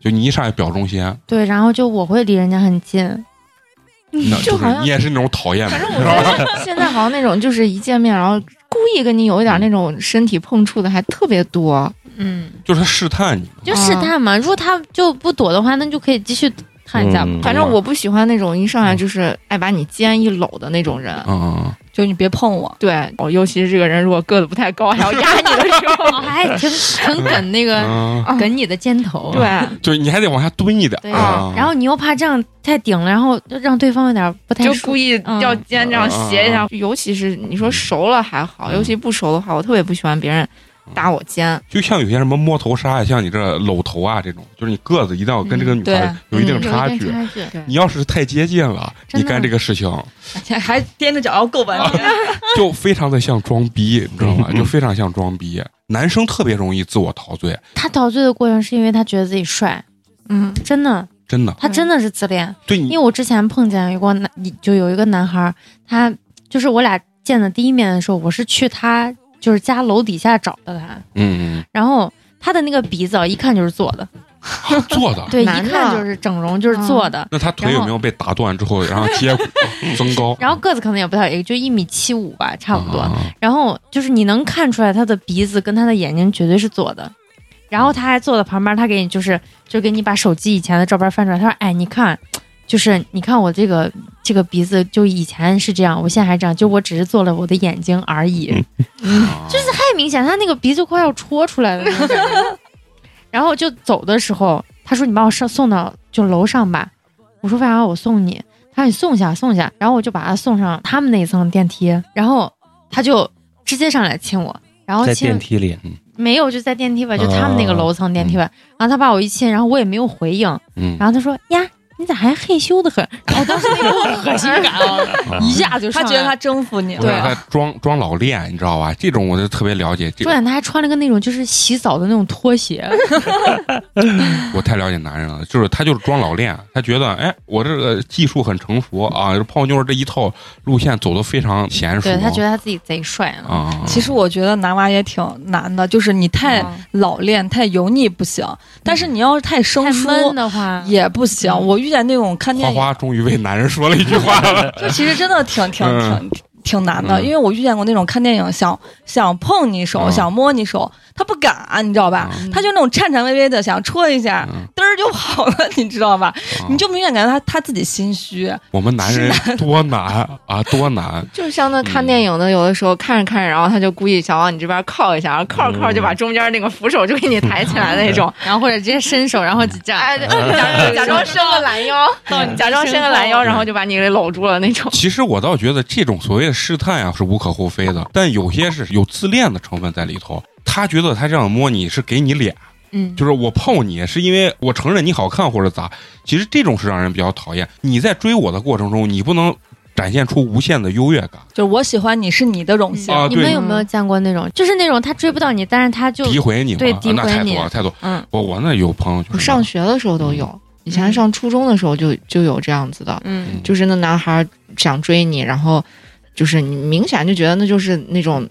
就你一上来表忠心，
对，然后就我会离人家很近，
那
就好
是
像
你也是那种讨厌的
反
人
正。我觉得现在好像那种就是一见面，然后故意跟你有一点那种身体碰触的还特别多。
嗯。
就是他试探你，
就试
啊
探嘛。如果他就不躲的话，那就可以继续探一下嘛。
嗯
反正我不喜欢那种一上来就是爱把你肩一搂的那种人。
嗯，
就你别碰我。
对，哦，尤其是这个人如果个子不太高，还要压你的时候，
哦，还挺挺梗 那
嗯
个
嗯，
嗯
梗你的肩头，
对，
就是你还得往下蹲一点，
对
啊
然后你又怕这样太顶了，然后就让对方有点不太
就
舒
故
服。
意要肩这样斜一
嗯
下。尤其是你说熟了还好，
嗯
嗯尤其不熟的话，我特别不喜欢别人搭我肩，
就像有些什么摸头杀呀，像你这搂头啊这种，就是你个子一定要跟这个女孩
嗯
有一定
有
差
一
距
定。差距。
你要是太接近了，
真
你
的
干这个事情
还踮着脚要够半天。
就非常的像装逼，你知道吗？就非常像装逼。男生特别容易自我陶醉，
他陶醉的过程是因为他觉得自己帅，
嗯，
真的，
真的
他真的是自恋。
对
因
嗯
你
为我之前碰见有过男，就有一个男孩儿，他就是我俩见的第一面的时候，我是去他就是家楼底下找的他，
嗯
然后他的那个鼻子啊一看就是做的，
嗯做的。
对，一
男的啊
看就是整容就是做的。
那他腿有没有被打断之后，然后接骨 啊增高？
然后个子可能也不太，也就一米七五吧，差不多。
啊
然后就是你能看出来他的鼻子跟他的眼睛绝对是做的，然后他还坐在旁边，他给你就是就给你把手机以前的照片翻出来，他说：“哎，你看，就是你看我这个这个鼻子，就以前是这样，我现在还这样，就我只是做了我的眼睛而已。
嗯
就是
太明显，他那个鼻子快要戳出来了那种感觉。 然后就走的时候，他说：“你把我上送到就楼上吧。”我说：“为啥我送你？”他说：“你送一下，送一下。”然后我就把他送上他们那一层电梯，然后他就直接上来亲我，然后
在
亲
电梯里，
没有就在电梯外，就他们那个楼层电梯外。然后他把我一亲，然后我也没有回应，
嗯，
然后他说：“呀，你咋还害羞的 很？”然后当时那种恶心感啊，一下就上
他
来
觉得他征服你了，
我让他
啊
装装老练，你知道吧？这种我就特别了解，这
重点他还穿了个那种就是洗澡的那种拖鞋，
我太了解男人了，就是他就是装老练，他觉得哎，我这个技术很成熟啊，泡妞这一套路线走的非常娴 熟。
对他觉得他自己贼帅呢。
啊，
其实我觉得男娃也挺难的，就是你太
嗯
老练、太油腻不行，但是你要是太生
太闷
疏
的话，
也不行。
嗯
我遇见那种看
花
电影，
花终于为男人说了一句话 了，
就其实真的挺挺
嗯
挺挺难的，
嗯
因为我遇见过那种看电影想想碰你手、
嗯
想摸你手，他不敢，你知道吧？
嗯
他就那种颤颤巍巍的想戳一下，
嗯
嘚儿就跑了，你知道吧？
啊
你就明显感觉他他自己心虚，
我们男人多难啊，多难！
就是像那看电影的，有的时候看着看着，然后他就故意想往你这边靠一下，然后靠着靠着就把中间那个扶手就给你抬起来那种，
然后或者直接伸手，然后几 站，
哎，对假假装伸个懒 腰，假装伸个懒腰，然后就把你给搂住了那种。
其实我倒觉得这种所谓的试探啊呀、是无可厚非的，但有些是有自恋的成分在里头。他觉得他这样摸你是给你脸，
嗯，
就是我碰你是因为我承认你好看或者咋。其实这种是让人比较讨厌。你在追我的过程中，你不能展现出无限的优越感，
就是我喜欢你是你的荣幸。
啊
你
对
们有没有见过那种，就是那种他追不到你，但是他就
诋毁你嘛，
对
啊
诋毁
那太
你
多了太多了。
嗯
我我那有朋友就是
我上学的时候都有，以前上初中的时候就就有这样子的，
嗯
嗯
就是那男孩想追你，然后就是你明显就觉得那就是那种。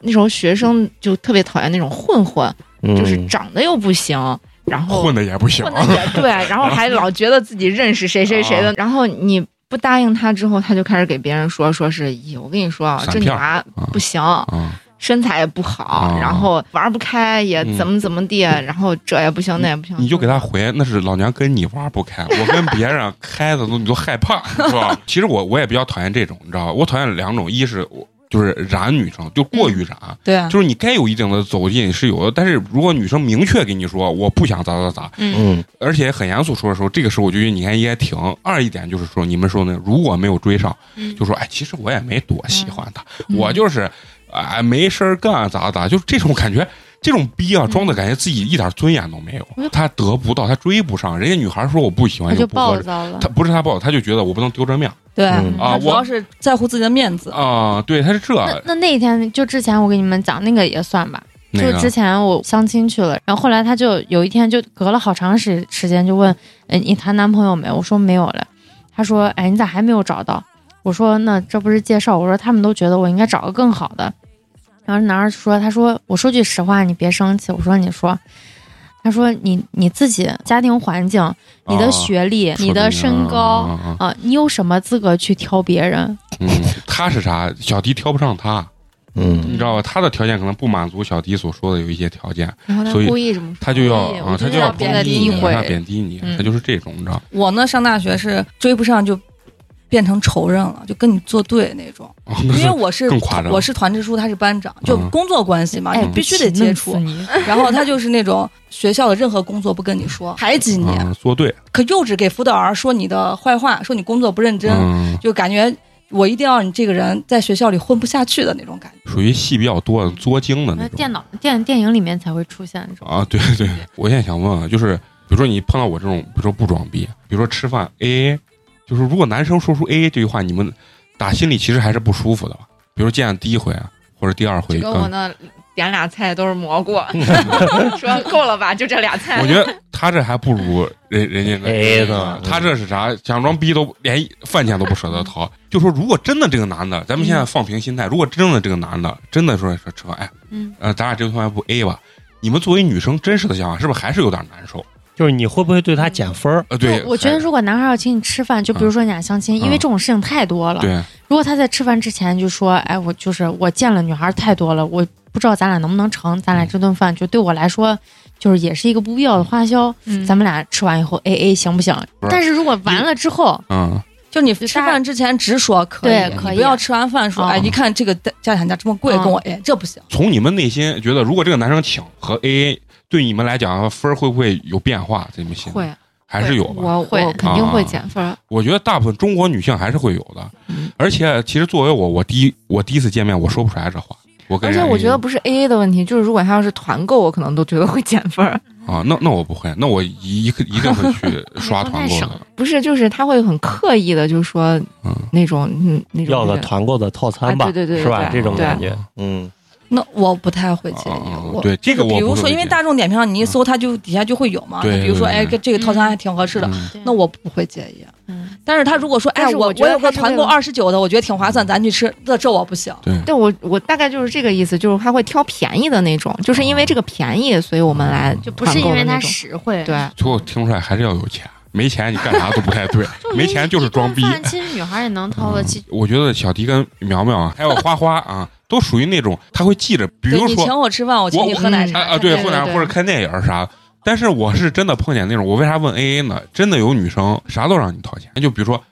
那时候学生就特别讨厌那种混混，就是
嗯
长得又不行，然后
混的啊也不行
混，的也对，然后还老觉得自己认识谁谁谁的，然后你不答应他之后，他就开始给别人说，说是，咦，我跟你说啊，
闪
这女
片儿
娃不行，
啊，
身材也不好
啊，嗯
然后玩不开，也怎么怎么地，然后这也不行，那也不行，
你就给他回，那是老娘跟你玩不开，我跟别人开的都你都害怕，是吧？ 其实我我也比较讨厌这种，你知道吧？我讨厌两种，一是我就是燃女生，就过于燃，
对啊，
就是你该有一定的走近是有的，但是如果女生明确跟你说我不想咋咋咋，
嗯
而且很严肃说的时候，这个时候我就觉得你应该也挺。二一点就是说，你们说呢，如果没有追上，
嗯
就说哎，其实我也没多喜欢他，我就是哎没事儿干咋咋，就是这种感觉。这种逼啊，装的感觉自己一点尊严都没有，他得不到，他追不上，人家女孩说我不喜
他
欢
就
不合
暴
适，
躁了
他。不是他暴，他就觉得我不能丢这面儿
对啊
嗯
啊
他主要
我
是在乎自己的面
嗯
子。
啊，对，他是这
那那那一天就之前我给你们讲那个也算吧，
那
就之
个
前我相亲去了，然后后来他就有一天就隔了好长时时间就问，哎，你谈男朋友没？我说没有了。他说，哎，你咋还没有找到？我说那这不是介绍？我说他们都觉得我应该找个更好的。然后男孩说，他说我说句实话，你别生气。我说你说，他说你你自己家庭环境、你的学历、
啊
你的身高
啊啊啊
啊，你有什么资格去挑别人？
嗯，他是啥？小迪挑不上他，你
嗯，
知道吧？他的条件可能不满足小迪所说的有一些条件，
然后他
所以
故意这么说，
他就要
故意
啊，
我
他
觉
就
得
要
要
贬
贬
低
低
你，
会
他贬低你，他就是这种，你知道
我呢，上大学是追不上就变成仇人了，就跟你作对那种。
吗？
因 为我是
更夸张
我是团支书，他是班长，就
嗯
工作关系嘛，
哎
你，必须得
不行
接
弄
触
死。你。
然后他就是那种学校的任何工作不跟你说，排挤你，
啊，作对，
可幼稚给辅导员说你的坏话，说你工作不认真，
嗯，
就感觉。我一定要你这个人在学校里混不下去的那种感觉。
属于戏比较多、作精的那
那
种。
电脑电电影里面才会出现这种。
嗯啊，对对，我现在想问啊，就是比如说你碰到我这种，比如说不装逼，比如说吃饭 A A，就是如果男生说出 A A 这句话，你们打心里其实还是不舒服的吧？比如见了第一回啊，或者第二回，
跟我
刚
那点俩菜都是蘑 菇，说够了吧，就这俩菜
我。觉得他这还不如人人家那
AA 呢
他这是啥？想装逼都连饭钱都不舍得掏。就说如果真的这个男的，咱们现在放平心态，如果真的这个男的真的说说吃饭，哎，
嗯，
呃，咱俩这顿饭要不 A 吧？你们作为女生真实的想法是不是还是有点难受？
就是你会不会对他减分儿？
呃，对，
我我觉得
还嗯
如果男孩要请你吃饭，就比如说你俩相亲，因为这种事情太多了。
对。
如果他在吃饭之前就说：“哎，我就是我见了女孩太多了，我不知道咱俩能不能成，咱
嗯
俩这顿饭就对我来说就是也是一个不必要的花销，
嗯
咱们俩吃完以后 A A 行不行？”
不是
但是如果完了之后，
嗯，
就你吃饭之前直说可以，
对可以
你不要吃完饭说，
嗯
哎，一看这个价钱价这么贵，
嗯
跟我哎这不行。
从你们内心觉得，如果这个男生请和 AA，对你们来讲分儿会不会有变化？在你们心里
会，
还是有吧？
我
会
我肯定
啊
会减分儿。
我觉得大部分中国女性还是会有的。
嗯
而且，其实作为我，我第一我第一次见面，我说不出来这话。我跟
而
人
且
家
我觉得不是 A A 的问题，就是如果他要是团购，我可能都觉得会减分儿。
啊，那那我不会，那我一一个一定会去刷团购
你
的
不太省。
不是，就是他会很刻意的，就说
嗯
那种嗯那种
要个
人
团购的套餐吧，
啊对对对
是吧？
对
这种
对
感觉，嗯，
那 我不太会介意，
啊
我
对这个我
比如
不会
说，因为
介意
大众点评上你一搜，它就底下就会有嘛。
对
比如说，
对对
哎，这个套餐还挺合适的，
嗯
那我不会介意。啊
嗯，
但是他如果说，哎
但，是我
我
觉得
有个
还是为
团购
了
二十九的，我觉得挺划
嗯
算，咱去吃，这这我不行。
对我，我大概就是这个意思，就是他会挑便宜的那种，就是因为这个便宜，所以我们来
就不是因为
团购的那
他
种
实惠，
对，
最后听出来还是要有钱，没钱你干啥都不太 对
就，
没钱就是装逼嗯
一。顿饭其实女孩也能掏得起，
我觉得小迪跟苗苗啊，还有花花啊，都属于那种他会记着，比
对
如
你
说
请我吃饭，我请你喝奶茶
啊啊，
看电
对，
影
或者
对
或者看电影儿啥。但是我是真的碰见那种，我为啥问 A A 呢？真的有女生啥都让你掏钱，就比如说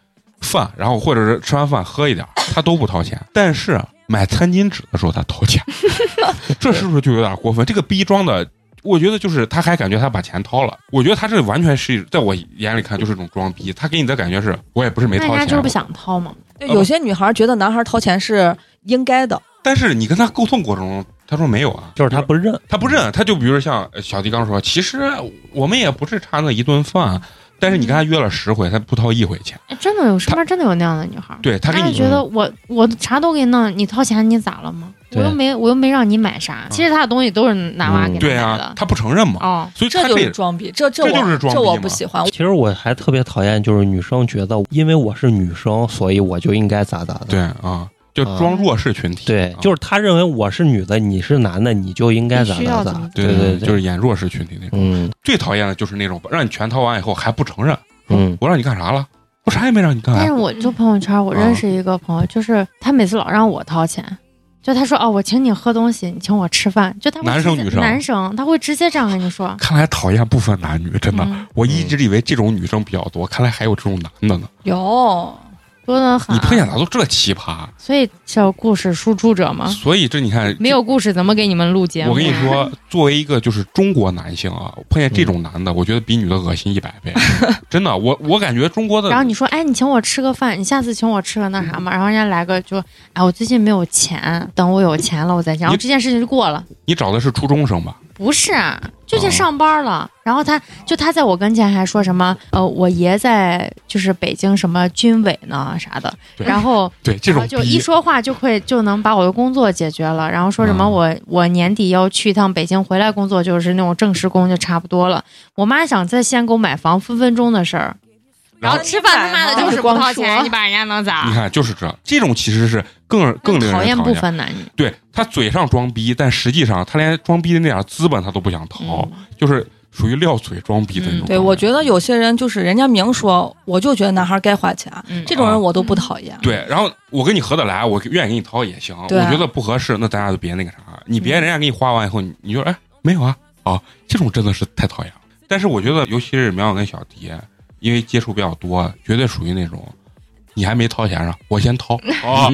饭，然后或者是吃完饭喝一点儿，她都不掏钱。但是买餐巾纸的时候她掏钱， 这是不是就有点过分？这个逼装的，我觉得就是她还感觉她把钱掏了，我觉得她这完全是在我眼里看就是一种装逼。她给你的感觉是我也不是没
那
掏
人家
钱
就是，不想掏嘛。
对，有些女孩觉得男孩掏钱是应该的，
但是你跟她沟通过程中，她说没有啊，
就是他不认，
他不认，他就比如像呃小迪刚说，其实我们也不是差那一顿饭，但是你跟他约了十回，他不掏一回钱，
哎，真的有身边真的有那样的女孩，
对他给
她就
你
觉得我我啥都给你弄，你掏钱你咋了吗？我
对
又没我又没让你买啥，其实她的东西都是男娃给她
嗯对
买
啊
的，。
他不承认嘛，
哦，
所以他
这就是
这
装逼，这这
这就是
我
装逼
这我
嘛
不喜欢。
其实我还特别讨厌，就是女生觉得因为我是女生，所以我就应该咋咋的。
对啊，就装弱势群体，
嗯对
啊
就是他认为我是女的，你是男的，你就应该咋
必须
咋
要怎
咋
么。
对
对对，
就是演弱势群体那种。
嗯
最讨厌的就是那种让你全掏完以后还不承认，
嗯，
我让你干啥了？我啥也没让你干
但是
啊。
我就朋友圈，我
嗯
认识一个朋友，就是他每次老让我掏钱，就他说哦，我请你喝东西，你请我吃饭，就他会
男生
直接
女生
男生他会直接这样跟你说，
看来讨厌不分男女，真的，
嗯
我一直以为这种女生比较多，看来还有这种男的呢。
有，
多得很啊
你。碰见咋都这奇葩？
所以叫故事输出者嘛，
所以这你看，
啊没有故事怎么给你们录节目？
我跟你，说，作为一个就是中国男性啊，碰见这
嗯
种男的，我觉得比女的恶心一百 倍。真的，我我感觉中 国的，
然后你说哎，你请我吃个饭，你下次请我吃个那啥嘛，然后人家来个就哎，我最近没有钱，等我有钱了我再讲，然后
你
这件事情就过了。
你找的是初中生吧？
不是啊，就去
哦
上班了。然后他就他在我跟前还说什么，呃，我爷在就是北京什么军委呢啥的。
对
然后
对， 这
然
种
后就一
逼，
说话就会就能把我的工作解决了。然后说什么
嗯
我、我年底要去一趟北京，回来工作就是那种正式工就差不多了。我妈想在西安给我买房，分分钟的事儿。
然
然
后
后吃饭他妈的就是不掏
光
钱，
说
你把人家能
你
咋？
看就是这，这种其实是更更令人
讨
讨
厌不分男女。
对他嘴上装逼，但实际上他连装逼的那点资本他都不想掏，
嗯
就是属于撂嘴装逼的那种。
嗯
对，我觉得。有些人就是人家明说，我就觉得男孩该花钱，
嗯
这种
哦
人我都不讨厌。
对，然后我跟你合得来，我愿意给你掏也行。我
对啊
觉得不合适，那咱俩就别那个啥。你别人家给你花完以后，你你就说哎没有啊啊，这种真的是太讨厌了。但是我觉得，尤其是苗苗跟小迪，
嗯
因为接触比较多，绝对属于那种你还没掏钱上，我先掏啊。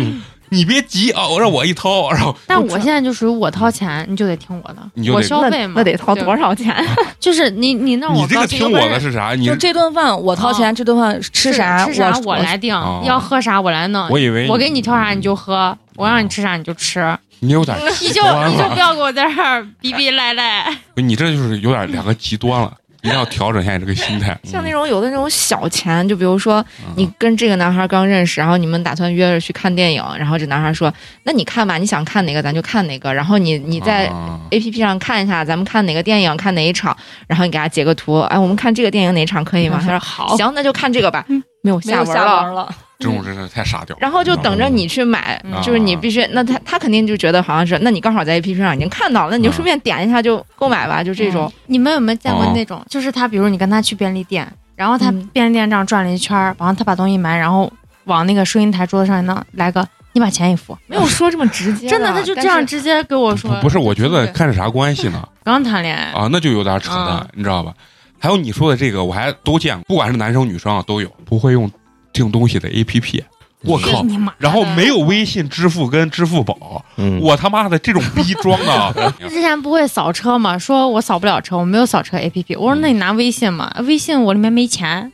你别急啊，我让我一掏，然后
但我现在就属于我掏钱，你就得听我的
你就，得
我消
那
费嘛，
那得掏
对
多？少钱？
就是你你那
你
我
这
高
个
兴
听我的是啥？你啊
就这顿饭我掏钱，这顿饭吃啥
吃啥
我
我来定
哦，
要喝啥我来弄
我。以为
我给你挑啥你就喝，我让你吃啥你就吃，
你有点
你
极
就
端
你就不
了，
要给我在这儿逼逼赖 赖。
你这就是有点两个极端了，一定要调整一下你这个心态。
像那
嗯
种有的那种小钱，就比如说
嗯
你跟这个男孩刚认识，然后你们打算约着去看电影，然后这男孩说：“那你看吧，你想看哪个咱就看哪个。”然后你你在
啊
A P P 上看一下，咱们看哪个电影，看哪一场，然后你给他截个图，哎，我们看这个电影哪一场可
嗯
以吗？他说
好，
行，那就看这个吧，没有
没
下
有
文
下
了。
文了，
这种真是太傻屌了。
然后就等着你去买，
嗯，
就是你
啊
必须，那他他肯定就觉得好像是，那你刚好在 A P P 上已经看到了，那你就顺便点一下就购买吧，就这种。
你们有没有见过
哦
那种，就是他，比如你跟他去便利店，然后他
嗯
便利店这样转了一圈儿，然后他把东西买，然后往那个收银台桌子上弄，来个你把钱一付， 哎
没有说这么直接，
真的他就这样直接跟我说
不，不是，我觉得
对
看是啥关系 呢？
刚谈恋爱，
啊，那就有点扯淡
嗯
啊，
你知道吧？还有你说的这个，我还都见过，不管是男生女生啊，都有不会用订东西的 A P P，我靠！
你妈的，
嗯 然后没有微信支付跟支付宝，
嗯，
我他妈的这种逼装的啊，
之前不会扫车嘛，说我扫不了车，我没有扫车 APP，我说
嗯
那你拿微信嘛，微信我里面没钱，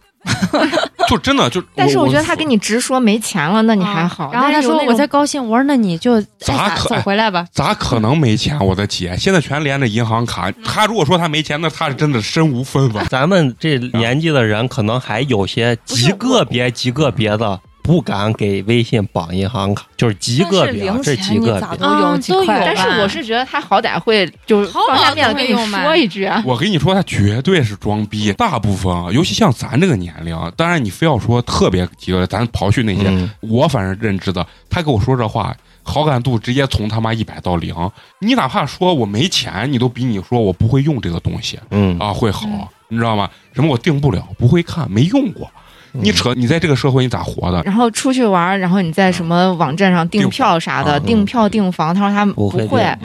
就真的就。
但是我觉得他
跟
跟你直说没钱了，那你还好。
嗯啊然后
但
他
是有
说
那
我
种
在高兴，我说那你就
咋
爱咋
可
走回来吧，
咋可能没钱？我的姐，现在全连着银行卡。
嗯
他如果说他没钱，那他是真的身无分文。
咱们这年纪的人，可能还有些极个别、极个别的不敢给微信绑银行卡，就是极个别啊，
但是
这极
零钱你
个
咋
别。
都有
啊
几
都
块
有
吧，
但是
嗯
我是觉得他好歹会就是
淘宝
放下面子
都
跟你
会用吗
说一句啊，
我跟你说，他绝对是装逼。大部分，啊，尤其像咱这个年龄啊，当然你非要说特别极端，咱刨去那些，
嗯，
我反正认知的，他跟我说这话，好感度直接从他妈一百到零。你哪怕说我没钱，你都比你说我不会用这个东西
嗯，
啊会好，你知道吗？什么我定不了，不会看，没用过。
嗯
你
嗯
扯，你在这个社会你咋活的？
然后出去玩，然后你在什么网站上订
订
票啥的，
嗯
订票订房，他说他
不
不
会
会，
的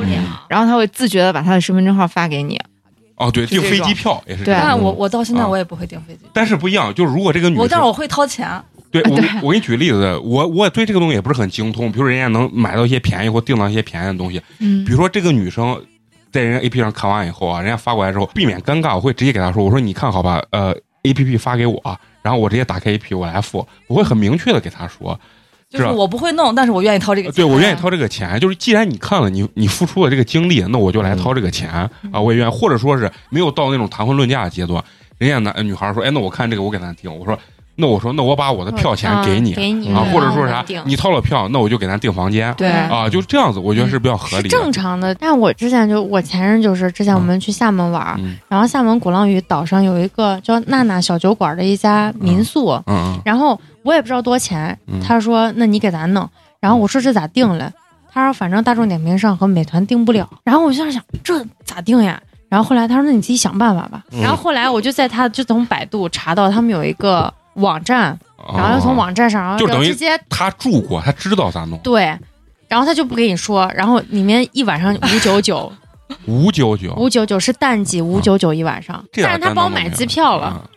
然后他会自觉的把他的身份证号发给你。
哦，对，
就
订
这
飞机
种
票也是这
对
样。
但
嗯
我我到现在
啊
我也不会订飞机，
但是不一样，就是如果这个女
我但是
生，
我会掏钱，
对我我给你举个例子，我我对这个东西也不是很精通，比如人家能买到一些便宜或订到一些便宜的东西，
嗯
比如说这个女生在人家 A P P 上看完以后啊，人家发过来之后，避免尴尬，我会直接给她说，我说你看好吧，呃，A P P 发给我啊，然后我直接打开 A P P 我来付，我会很明确的给她说，
就是
是吧啊
我不会弄，但是我愿意掏这个
呃
钱。
对我愿意掏这个钱，就是既然你看了你你付出了这个精力，那我就来掏这个钱啊，我也愿意，或者说是没有到那种谈婚论嫁的阶段，人家男女孩说，哎，那我看这个我给她订，我说那我 说那我把我的票钱给你
嗯。给你
啊，
嗯
或者说是啥
定，嗯
你掏了票，那我就给咱订房间
对
啊，就这样子，我觉得是比较合
是
理的。啊
正常的。但我之前就我前任就是之前我们去厦门玩儿，
嗯
然后厦门鼓浪屿岛上有一个叫娜娜小酒馆的一家民宿，
嗯
然后我也不知道多少钱，
嗯
他说那你给咱弄，然后我说这咋定嘞？他说反正大众点评上和美团定不
嗯
了，然后我就在想这咋定呀？然后后来他说那你自己想办法吧。
嗯
然后后来我就在他就从百度查到他们有一个网站，
嗯，
然后又从
哦
网站上，然后
就等于
直接
他住过，他知道咋弄。
对，然后他就不给你说，然后里面一晚上五 九九，
五九九，
五九九是淡季，五九九一晚上，
哦这
但是他帮我买机票了，
嗯。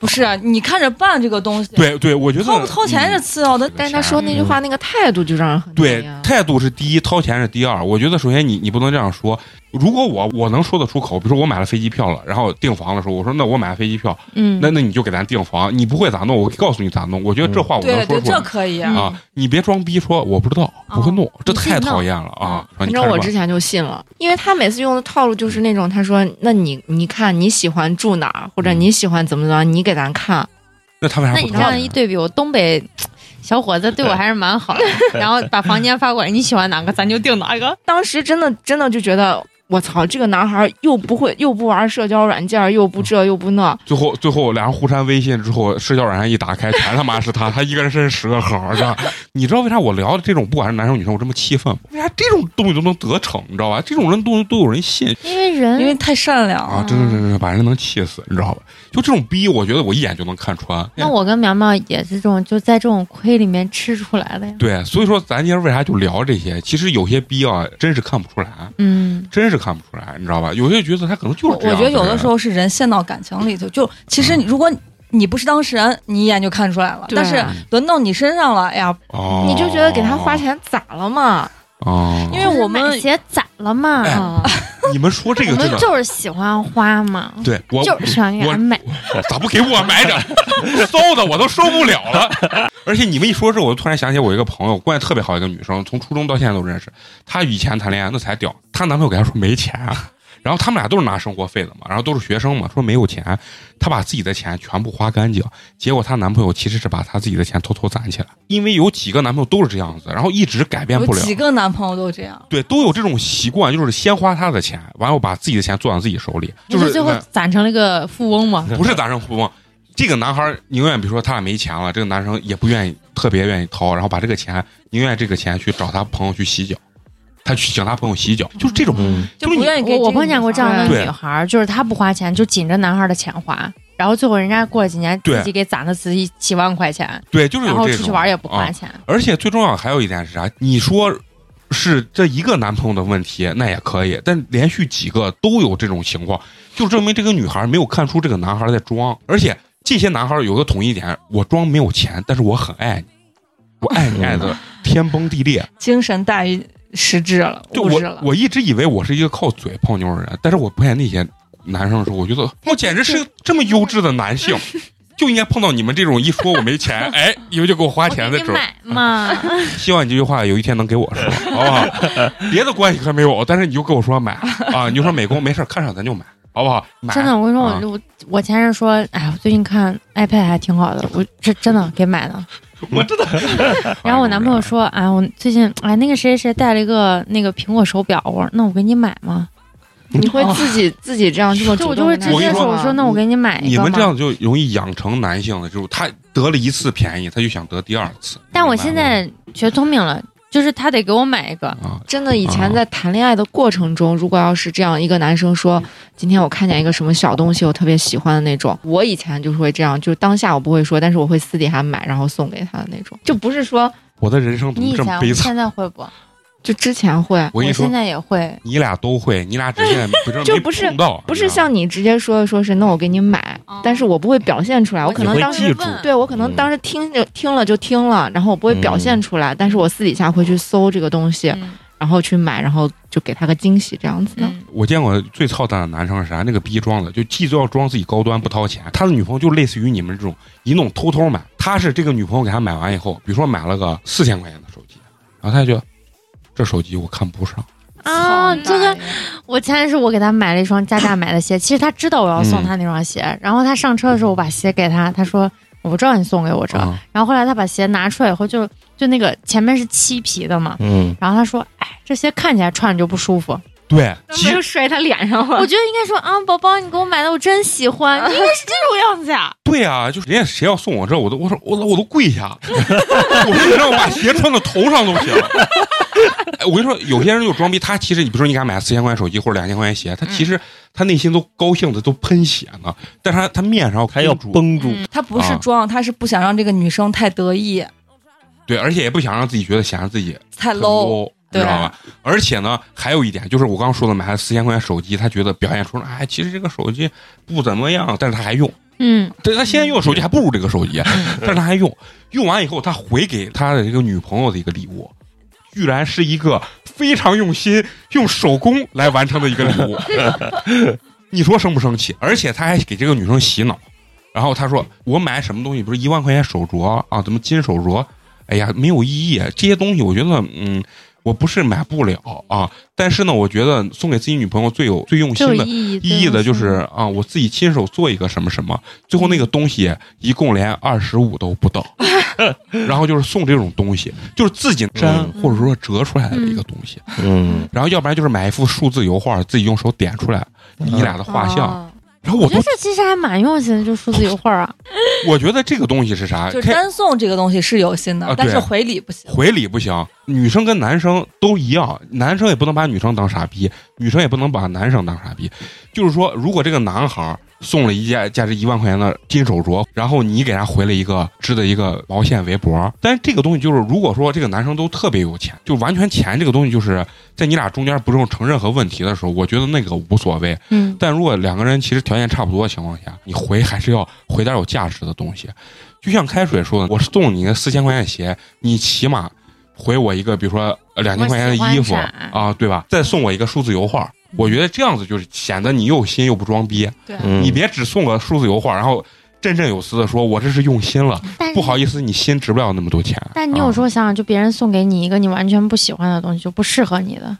不是啊你看着办这个东西，
对对，我觉得
掏不掏钱是
嗯
次要的，
但是他说那句话那个态度就让人很
对
那样
态度是第一，掏钱是第二。我觉得首先你你不能这样说。如果我我能说得出口，比如说我买了飞机票了，然后订房的时候，我说那我买了飞机票，
嗯，
那那你就给咱订房，你不会咋弄，我告诉你咋弄。我觉得这话我能
对
说
对，
出
这
来。
可以啊。
啊，你别装逼说我不知道，不会弄，这
你自己
太
哦弄
讨厌了啊！啊
反
你
正
看着
我
办
之前就信了，因为他每次用的套路就是那种，他说：“那你你看你喜欢住哪儿，或者
嗯
你喜欢怎么怎么样，你给咱看。
那他为啥
那
不
你这
掏
样
钱
一对比，我东北小伙子对我还是蛮好的， 然后把房间发过来，你喜欢哪个咱就定哪个。”
当时真的真的就觉得，我操，这个男孩又不会又不玩社交软件，又不这又不那，
最后，最后俩人互删微信之后，社交软件一打开，全他妈是他，他一个人身上十个号，是吧？你知道为啥我聊的这种不管是男生女生，我这么气愤吗？为啥这种东西都能得逞？你知道吧？这种人都都有人信
因为人
因为太善良
啊！
了，
真的真的真的把人能气死，你知道吧？就这种逼，我觉得我一眼就能看穿。
那我跟苗苗也是这种，就在这种亏里面吃出来的呀。
对，所以说咱今天为啥就聊这些？其实有些逼啊，真是看不出来，
嗯，
真是看不出来，你知道吧？有些角色他可能就
我
是这样
我觉
的
得
人。嗯
有的时候是人陷到感情里头，就其实你如果你不是当事人，你一眼就看出来了。
对
但是轮到你身上了，哎呀，
哦，
你就觉得给他花钱咋了嘛？
哦，
因为我
买
们
鞋攒了嘛，
哎
啊，
你们说这
我
个真
们
的，
就是喜欢花嘛，
对我
就是喜欢给
我
人买。
咋不给我买点儿？馊的我都受不了了。 而且你们一说这，我就突然想起我一个朋友，关系特别好一个女生，从初中到现在都认识。她以前谈恋爱那才屌，她男朋友给她说没钱啊， 然后他们俩都是拿生活费的嘛，然后都是学生嘛，说没有钱，她把自己的钱全部花干净。结果她男朋友其实是把她自己的钱偷偷攒起来，因为有几个男朋友都是这样子，然后一直改变
有
不了。
几个男朋友都这样，
对，都有这种习惯，就是先花她的钱，完了把自己的钱攥到自己手里，就
不
是
最后攒成了个富翁嘛，
不是打上富翁，这个男孩儿宁愿比如说他俩没钱了，这个男生也不愿意特别愿意掏，然后把这个钱宁愿这个钱去找他朋友去洗脚，他去请他朋友洗脚，就是这种。
嗯，
就
就是
不
你
愿意给
我我
个
碰见
女
过这样
孩
的
儿
对
女孩儿，就是她不花钱，就紧着男孩儿的钱花，然后最后人家过了几年
对
自己给攒了自己几万块钱，
对，就是有
然
这种。
后出去玩也不
啊
花钱。
而且最重要还有一点是啥？你说是这一个男朋友的问题，那也可以，但连续几个都有这种情况，就证明这个女孩没有看出这个男孩在装。而且这些男孩有个统一点：我装没有钱，但是我很爱你，我爱你爱的天崩地裂。
精神大于实质了，
就
物质
我
了。
我一直以为我是一个靠嘴泡妞的人，但是我碰见那些男生的时候，我觉得我简直是个这么优质的男 性，就应该碰到你们这种一说我没钱，哎，你们就给我花
花
钱的这
给你
种。
买嘛，
希望你这句话有一天能给我 说，好不好？别的关系还没有，但是你就跟我说买啊，你就说美工没事儿看上咱就买，好不好？买
真的，我跟你说，
啊
我我我前任说，哎，我最近看 iPad 还挺好的，我这真的给买 了。
我真的。啊
然后我男朋友说，哎，我最近哎那个谁谁带了一个那个苹果手表，我说那我给你买吗？
你会自己自己这 样这么
就
主
我就
动
会
跟
直
他
接说，我说那我给你买一
你
个嘛。
们这样就容易养成男性的，就是他得了一次便宜，他就想得第二次。
但我
明白
现
吗
在学聪明了，就是他得给我买一个。
啊，
真的，以前在谈恋爱的过程中，如果要是这样一个男生说：“今天我看见一个什么小东西，我特别喜欢的那种。”我以前就是会这样，就是当下我不会说，但是我会私底下买，然后送给他的那种。就不是说，
我的人生怎
你
么
以
这么
前
悲
我
惨？
现在会不？
就之前会，
我跟你说
现，在也会。
你俩都会，你俩只 是不是
就
没
不是
碰到，
不是像你直接说的，说是那我给你买，
哦
但是我不会表现出来，我可
你
能
会
当时
记住，
对我可能当时听就听了就听了，然后我不会表现出来，但是我私底下会去搜这个东西，
嗯
然后去买，然后就给他个惊喜这样子的。
嗯，
我见过最操蛋的男生是啥？那个逼装的，就既就要装自己高端不掏钱，他的女朋友就类似于你们这种一弄偷偷买。他是这个女朋友给他买完以后，比如说买了个四千块钱的手机，然后他就觉得这手机我看不上，
啊，这个我前任是我给他买了一双加 价买的鞋，其实他知道我要送
嗯
他那双鞋，然后他上车的时候我把鞋给他，他说我不知道你送给我这，
啊、
然后后来他把鞋拿出来以后就就那个前面是漆皮的嘛，
嗯，
然后他说哎这鞋看起来穿着就不舒 服，
对，其实
摔他脸上了
我觉得应该说啊宝宝你给我买的我真喜 欢，应该是这种样子 呀，
对啊，就是人家谁要送我这，我都我说我我都跪下， 我说你让我把鞋穿到头上都行。哎我跟你说，有些人就装逼，他其实你比如说你给他买四千块钱手机或者两千块钱鞋，他其实他内心都高兴的都喷血呢，但是他他面上
还要
绷住
绷住，
嗯
他不
啊
是装，他是不想让这个女生太得意、
对，而且也不想让自己觉得显得自己
太
很你
low。
知
对
道吧？而且呢，还有一点就是我刚刚说的，买了四千块钱手机，他觉得表现出来，哎，其实这个手机不怎么样，但是他还用，
嗯
对他现在用的手机还不如这个手机，啊但是他还用，用完以后他回给他的这个女朋友的一个礼物，居然是一个非常用心用手工来完成的一个礼物， 你说生不生气？而且他还给这个女生洗脑，然后他说我买什么东西不是一万块钱手镯啊，怎么金手镯？哎呀，没有意义，这些东西我觉得嗯。我不是买不了啊，但是呢，我觉得送给自己女朋友最有最用
最
心
有
的
意义
意义的就是啊，我自己亲手做一个什么什么，最后那个东西一共连二十五都不到，然后就是送这种东西，就是自己粘
嗯
或者说折出来的一个东西，
嗯，
然后要不然就是买一幅数字油画，自己用手点出来你俩的画像，
哦
然后
我
我
觉得
都
这其实还蛮用心的，就数字油画啊，
我觉得这个东西是啥？
就是
开
单送这个东西是有心的，
啊
但
对
是回礼不行。
回礼不行，女生跟男生都一样，男生也不能把女生当傻逼，女生也不能把男生当傻逼。就是说，如果这个男孩儿送了一件价值一万块钱的金手镯，然后你给他回了一个织的一个毛线围脖。但是这个东西就是，如果说这个男生都特别有钱，就完全钱这个东西就是在你俩中间不用成任何问题的时候，我觉得那个无所谓。
嗯，
但如果两个人其实条件差不多的情况下，你回还是要回点有价值的东西。就像开水说的，我送你四千块钱鞋，你起码回我一个，比如说两千块钱的衣服
我喜欢啥
啊，对吧？再送我一个数字油画，我觉得这样子就是显得你又新又不装逼。
对，
嗯
你别只送个数字油画，然后振振有词的说我这是用心了，
嗯但
不好意思，你心值不了那么多钱。
但你有时
啊
候想想，就别人送给你一个你完全不喜欢的东西，就不适合你的，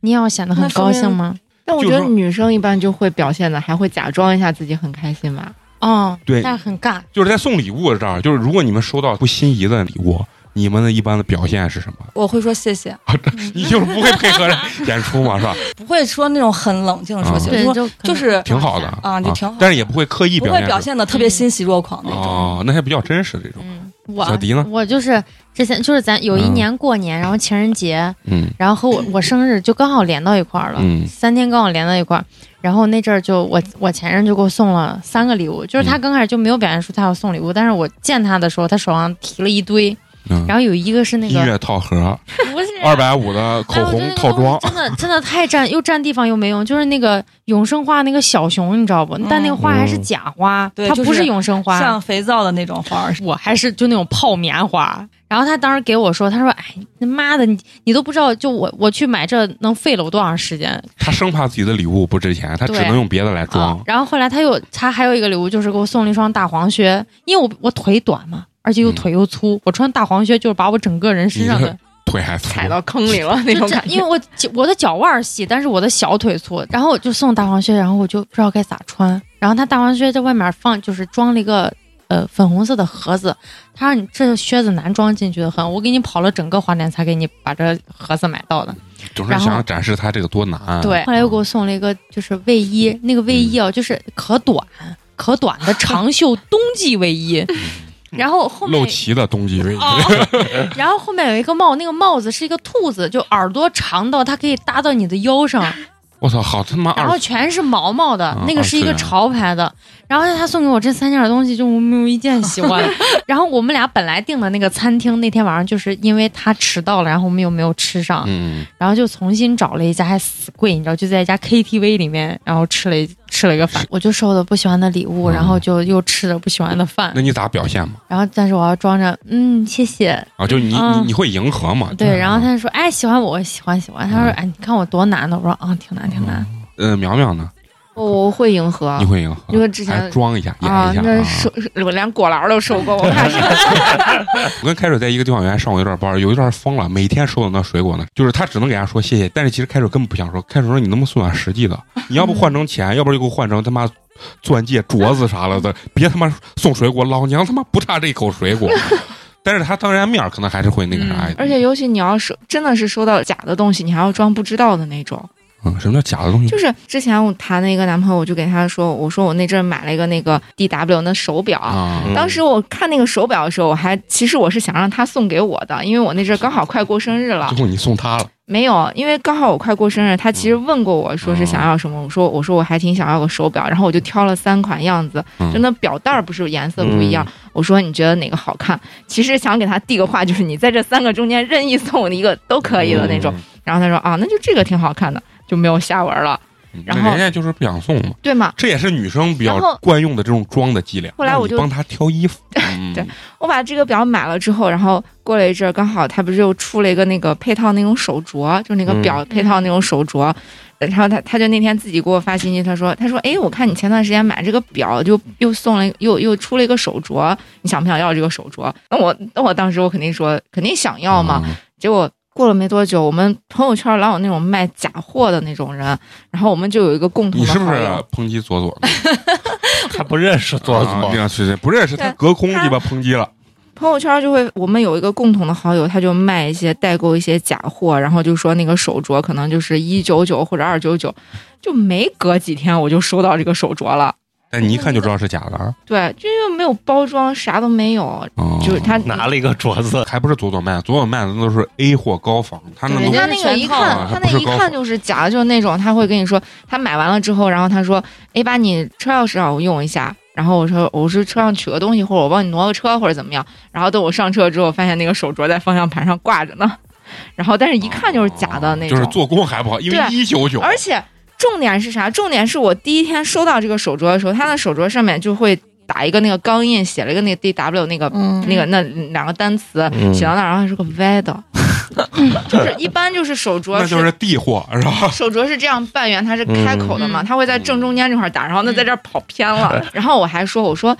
你也要显得很
那说
高
明
兴吗？
但我
就
觉
是
得
说
女生一般就会表现的，还会假装一下自己很开心吧。
哦，
对
但是很尬。
就是在送礼物这儿，就是如果你们收到不心仪的礼物，你们的一般的表现是什么？
我会说谢谢，
嗯
你就是不会配合人演出嘛，是吧？
不会说那种很冷静的说
嗯
谢谢，就说
对，就
就
就是
挺好的
啊就挺好
但是也不会刻意
不
表
会
现
表
出
现的特别欣喜若狂那种。
哦，那还比较真实这种。
嗯，
我
小迪呢
我就是之前就是咱有一
嗯
年过年，然后情人节，
嗯
然后和我我生日就刚好连到一块儿了，
嗯
三天刚好连到一块儿。然后那阵儿就我我前任就给我送了三个礼物，就是他刚开始就没有表现出他要送礼物，但是我见他的时候，他手上提了一堆，
嗯，
然后有一个是那啊
音
个
乐套盒，
不是
二百五的口红套装
哎我觉得那个东西，真的真的太占又占地方又没用，就是那个永生花那个小熊，你知道不？但那个花
嗯
还是假花，
对
它
就
不
是
嗯是永生
啊
花。
像肥皂的那种花儿，
我还是就那种泡棉花。然后他当时给我说，他说：“哎，他妈的，你你都不知道，就我我去买这能费了我多长时间
他生怕自己的礼物不值钱，他只
对
能用别的来
啊
装！”。
然后后来他又他还有一个礼物，就是给我送了一双大黄靴，因为我我腿短嘛，而且又
嗯
腿又粗，我穿大黄靴就是把我整个人身上
你
的
这腿还粗，
踩到坑里了那
就
种
这，
感觉。
因为我脚我的脚腕儿细，但是我的小腿粗，然后我就送大黄靴，然后我就不知道该咋穿。然后他大黄靴在外面放，就是装了一个呃粉红色的盒子，他让你这靴子难装进去的很，我给你跑了整个花店才给你把这盒子买到的。
总是
然后
想展示他这个多难。
对，后来又给我送了一个就是卫衣，那个卫衣啊，就是可短可短的长 袖冬季卫衣，
嗯
然后后面
露脐的冬季卫衣，
哦，然后后面有一个帽，那个帽子是一个兔子，就耳朵长到它可以搭到你的腰上，
我操，好他妈
然
二
后全是毛毛的
嗯，
那个是一
二
个
次元
潮牌的。然后他送给我这三件东西，就我没有一件 喜欢。然后我们俩本来订的那个餐厅，那天晚上就是因为他迟到了，然后我们又没有吃上，
嗯，
然后就重新找了一家，还死贵，你知道，就在一家 KTV 里面，然后吃了一吃了一个饭。我就收了不喜欢的礼物，
嗯
然后就又吃了不喜欢的饭
那，你咋表现嘛？
然后但是我要装着嗯谢谢，
啊，就你你
嗯
你会迎合嘛？
对，然后
他
他就说哎喜欢我喜欢喜欢，他说
啊嗯
哎你看我多难的，我说啊挺难挺难，
呃，苗苗呢？
我我会迎合
啊
你，会迎合？
因为之
还
前
装一下，演
啊
一，下
那受我连果篮 都受过，我怕是
我跟开水在一个地方原上过一段班，有一段疯了，每天收到那水果呢，就是他只能给人家说谢谢，但是其实开水根本不想说。开水说：“你能不能送点实 际的？你要不换成钱，要不然就给我换成他妈钻戒、镯子啥了的，别他妈送水果，老娘他妈不差这一口水 果。”但是他当人家面儿可能还是会那个啥一点。哎
嗯而且尤其你要收，真的是收到假的东西，你还要装不知道的那种。
嗯，什么叫假的东西？
就是之前我谈了一个男朋友，我就给他说，我说我那阵儿买了一个那个 D W 那手表。
啊，
嗯
当时我看那个手表的时候，我还其实我是想让他送给我的，因为我那阵儿刚好快过生日了
最。后你送他了，
没有，因为刚好我快过生日，他其实问过我说是想要什么，我说我说我还挺想要个手表，然后我就挑了三款样子，
嗯
就那表带儿不是颜色不一样，我说你觉得哪个好看？其实想给他递个话，就是你在这三个中间任意送一个都可以的那
嗯
种。然后他说啊，那就这个挺好看的，就没有下文了，
嗯。
然
那
后
人家就是不想送嘛，
对吗？
这也是女生比较
然后
惯用的这种装的伎俩。
后来
让
我
你
就
帮他挑衣服，
对
嗯
我把这个表买了之后，然后过了一阵儿，刚好他不是又出了一个那个配套那种手镯，就那
嗯
个表配套那种手镯。然后他他就那天自己给我发信息，他说他说哎，我看你前段时间买这个表，就又送了又又出了一个手镯，你想不想要这个手镯？那我那我当时我肯定说肯定想要嘛。
嗯
结果过了没多久，我们朋友圈老有那种卖假货的那种人，然后我们就有一个共同
你
的
是不
好
是
友。
抨击左左呢？
还不认识左
啊
左
这，样是是不认识他
对
隔空
他
鸡巴抨击了，
朋友圈就会，我们有一个共同的好友，他就卖一些代购一些假货，然后就说那个手镯可能就是一九九或者二九九，就没隔几天我就收到这个手镯了。
但你一看就知道是假的啊。
对，这就没有包装，啥都没有，
哦
就是他
拿了一个镯子，
还不是左左卖，左左卖的那都是 A 货高仿，他啊那
人
都
家那个一看，
啊
他
不
那
是
一
高仿
看就是假的，就是那种他会跟你说，他买完了之后，然后他说，哎，把你车钥匙让我用一下。然后我说我是车上取个东西，或者我帮你挪个车，或者怎么样。然后等我上车之后，发现那个手镯在方向盘上挂着呢。然后但是一看就是假的那
哦就
种，
是做工还不好，因为
对
一九九，
而且重点是啥？重点是我第一天收到这个手镯的时候，它的手镯上面就会打一个那个钢印，写了一个那个 D W 那个、
嗯
那个那两个单词，
嗯
写到那儿，然后还是个歪的，嗯就是一般就是手镯
那就是地货是吧？
手镯是这样半圆，它是开口的嘛，它会在正中间这块打，然后那在这儿跑偏了。 然后我还说，我说，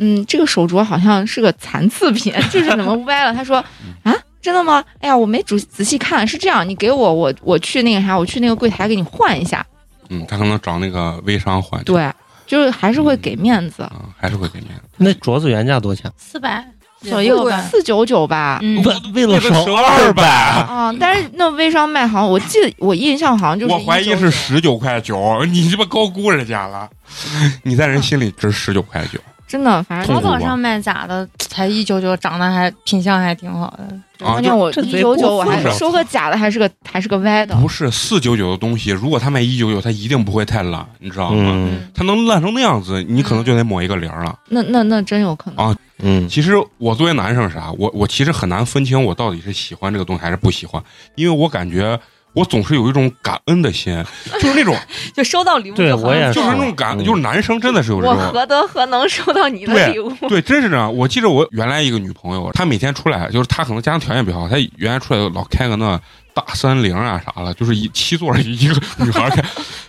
嗯，这个手镯好像是个残次品， 就是怎么歪了？他说，啊，真的吗？哎呀，我没仔仔细看，是这样，你给我，我我去那个啥，我去那个柜台给你换一下。
嗯，他可能找那个微商换去
对，就是还是会给面子，
啊，还是会给面子。
那镯子原价多少钱？
四百
嗯左右吧。
四九九吧。
嗯，
为为了省
二百，
啊、但是那微商卖好像，我记得我印象好像就是
我怀疑
199
是十九块九，你鸡巴高估人家了， 你在人心里值十九块九
真的，反正
痛
淘
苦吧
宝上卖假的才一九九，长得还品相还挺好的。
啊！
关
就
键我
这
一
贼
九九，
过
我
分
还
了
收个假的，还是个还是个歪的。
不是四九九的东西，如果他卖一九九，他一定不会太烂，你知道吗？
嗯
他能烂成那样子，你可能就得抹一个零儿了。
那那那真有可能。
啊
嗯，
其实我作为男生是啥，我我其实很难分清我到底是喜欢这个东西还是不喜欢，因为我感觉我总是有一种感恩的心，就是那种
就收到礼物
对
就好
我也
就是那种感，就是男生真的是有这种。
德何能收到你
对
物？
对，真是这样。我记得我原来一个女朋友，她每天出来，就是她可能家庭条件比较好，她原来出来老开个那大三菱啊啥的，就是一七座儿一个女孩儿开，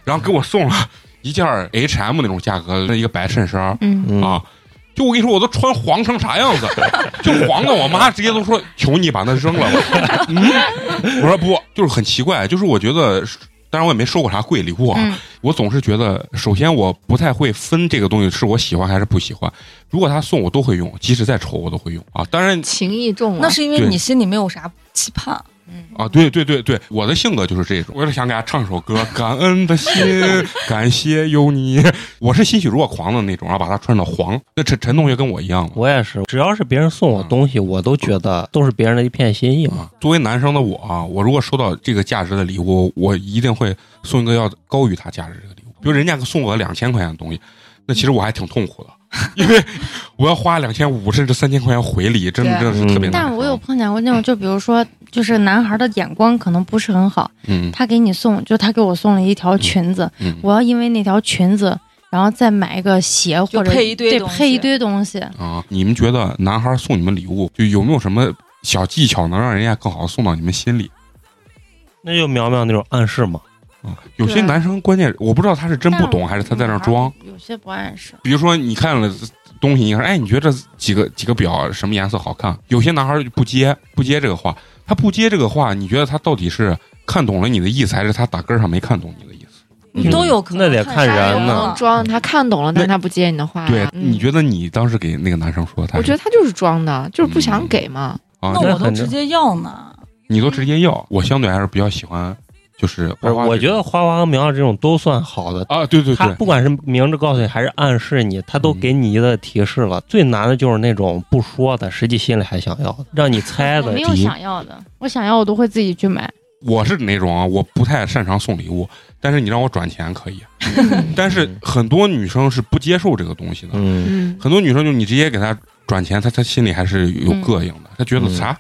然后给我送了一件 H M 那种价格的一个白衬衫儿，
嗯，
嗯
啊。就我跟你说，我都穿黄成啥样子， 就黄的，我妈直接都说求你把它扔了吧。 嗯，我说不，就是很奇怪，就是我觉得，当然我也没收过啥贵礼物啊，
嗯
我总是觉得，首先我不太会分这个东西是我喜欢还是不喜欢，如果他送我都会用，即使再丑我都会用啊。当然
情意重啊了，
那是因为
对
你心里没有啥期盼，
啊，对对对对，我的性格就是这种，我就想给他唱首歌，《感恩的心》，感谢有你。 我是欣喜若狂的那种，然后把它穿到黄。那陈陈同学跟我一样嘛。
我也是，只要是别人送我东西，我都觉得都是别人的一片心意
啊，
嘛。
作为男生的我啊，我如果收到这个价值的礼物，我一定会送一个要高于它价值这个礼物。比如人家送我两千块钱的东西，那其实我还挺痛 苦的，因为我要花两千五甚至三千块钱回礼，真的真
对
的是特别
嗯
难
啊但
受。
是我有碰见过那种，就比如说，就是男孩的眼光可能不是很好，
嗯
他给你送，就他给我送了一条裙子，
嗯
我要因为那条裙子，然后再买一个鞋或者
就配一堆
对
东西
配一堆东西，
啊，你们觉得男孩送你们礼物，就有没有什么小技巧能让人家更好地送到你们心里？
那就苗苗那种暗示嘛，
啊，有些男生关键我不知道他是真不懂还是他在那儿装。，
有些不暗示。
比如说你看了东西，你看，哎，你觉得这几个几个表什么颜色好看？有些男孩就不接不接这个话，他不接这个话，你觉得他到底是看懂了你的意思，还是他打根儿上没看懂你的意思？
嗯
你都有可
嗯
能。
那得看人
不
呢
能。装，他看懂了，但是他不接你的话。
对，
嗯
你觉得你当时给那个男生说他是，
我觉得他就是装的，就是不想给嘛。
啊
那，
那
我都直接要呢。
你都直接要，我相对还是比较喜欢，就是
不
花
是，
花
呃我
这
觉得花花和苗苗这种都算好的。
啊，对对
他
对，
不管是明着告诉你还是暗示你，他都给你一个提示了。最难的就是那种不说的，实际心里还想要的，让你猜
我
的。
没有
第一
想要的，我想要我都会自己去买。
我是那种啊，我不太擅长送礼物，但是你让我转钱可以，
嗯
但是很多女生是不接受这个东西的，
嗯，
嗯，
很多女生就你直接给她转钱，她她心里还是有
嗯
膈应的，她觉得
嗯
啥？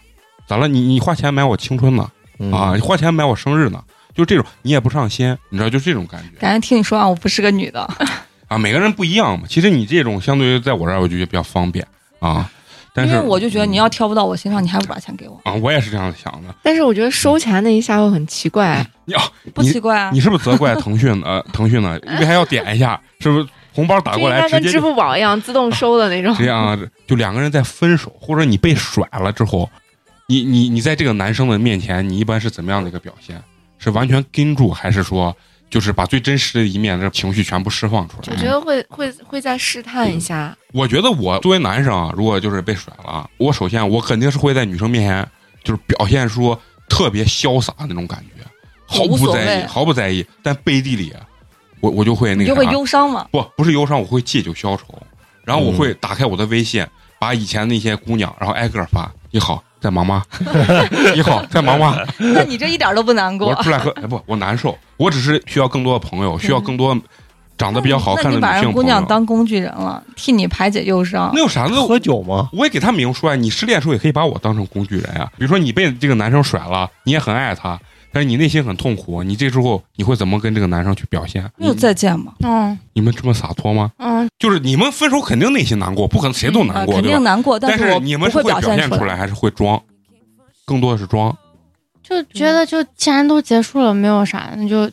咋了？你你花钱买我青春呢？
嗯
啊，你花钱买我生日呢？就这种，你也不上心，你知道，就这种感觉
感觉听你说完，我不是个女的，
啊。每个人不一样嘛。其实你这种相对于在我这儿，我就觉得比较方便啊。但
因
是
为我就觉得你
嗯
要挑不到我身上，你还不把钱给我，
啊，我也是这样想的。
但是我觉得收钱那一下会很奇怪，
你啊，
不奇怪啊
你。是不是责怪腾讯呃腾讯 呢？因为还要点一下，是不是红包打
就
啊过
应
来
该
直
跟
接
支
就
付宝一样自动收的那种。
这样啊，就两个人在分手，或者你被甩了之后，你你你在这个男生的面前，你一般是怎么样的一个表现？是完全跟住，还是说就是把最真实的一面的情绪全部释放出
我
来？
觉得会会会再试探一 下，
我觉得我作为男生啊，如果就是被甩了啊，我首先我肯定是会在女生面前就是表现出特别潇洒那种感觉，毫
无
不
所
在意，
谓
毫不在意，但背地里我我就会那个
你就会
啥
忧伤嘛。
不不是忧伤，我会借酒消愁。然后我
嗯
会打开我的微信，把以前那些姑娘，然后挨个发。你好，在忙 吗？你好，在忙吗？
那你这一点都不难
我
过
说。出来喝，哎不，我难受，我只是需要更多的朋友，需要更多长得比较好
嗯那
看的
你把
女
人
性
姑
朋
娘
友。
当工具人了，替你排解忧伤
那。有啥呢？
喝酒吗？
我也给他明说啊，你失恋的时候也可以把我当成工具人啊。比如说你被这个男生甩了，你也很爱他，但是你内心很痛苦，你这时候你会怎么跟这个男生去表现？
那就再见嘛，
嗯
你们这么洒脱吗？
嗯，
就是你们分手肯定内心难过，不可能谁都
啊，
难过，
肯
对
定
吧？
难过，
但
是我
你们
不
是会表
现
现出来，还是会装？更多的是装。
就觉得就既然都结束了，没有啥，那就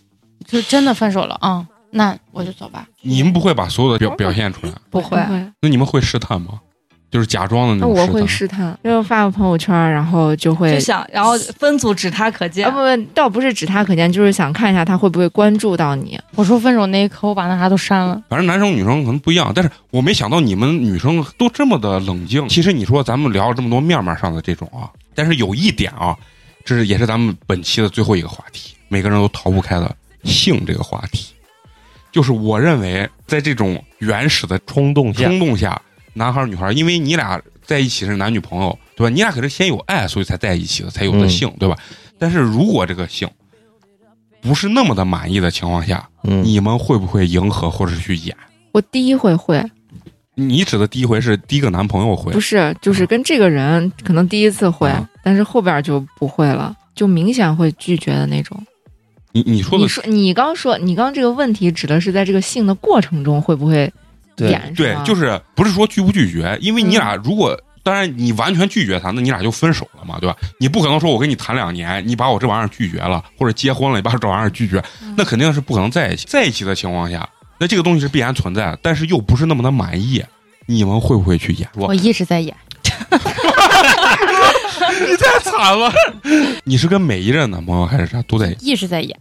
就真的分手了啊、那我就走吧。
你们不会把所有的表表现出来，
不会。
那你们会试探吗？嗯就是假装的那
那
种
我
试
会
探。
试探，就发个朋友圈，然后就会
就想，然后分组指他可见
啊，不不，倒不是指他可见，就是想看一下他会不会关注到你。
我说分手那一刻，我把那啥都删了。
反正男生女生可能不一样，但是我没想到你们女生都这么的冷静。其实你说咱们聊了这么多面面上的这种啊，但是有一点啊，这是也是咱们本期的最后一个话题，每个人都逃不开的性这个话题。就是我认为，在这种原始的
冲动下，
冲动下，男孩儿女孩儿，因为你俩在一起是男女朋友，对吧？你俩可是先有爱，所以才在一起的，才有的
嗯
性，对吧？但是如果这个性不是那么的满意的情况下，
嗯，
你们会不会迎合或者是去演？
我第一回会
你指的第一回是第一个男朋友会
不，是，就是跟这个人可能第一次会，
嗯
但是后边就不会了，就明显会拒绝的那种。
你你说的
你说你刚说你刚这个问题指的是在这个性的过程中会不会
对
点
对，就是嗯是不是说拒不拒绝？因为你俩如果、当然你完全拒绝他，那你俩就分手了嘛，对吧？你不可能说我跟你谈两年，你把我这玩意儿拒绝了，或者结婚了你把我这玩意儿拒绝，那肯定是不可能在一起。在一起的情况下，那这个东西是必然存在的，但是又不是那么的满意，你们会不会去演？
我
我
一直在演，
你太惨了， 你是跟每一任男朋友还是啥都在？
一直在演，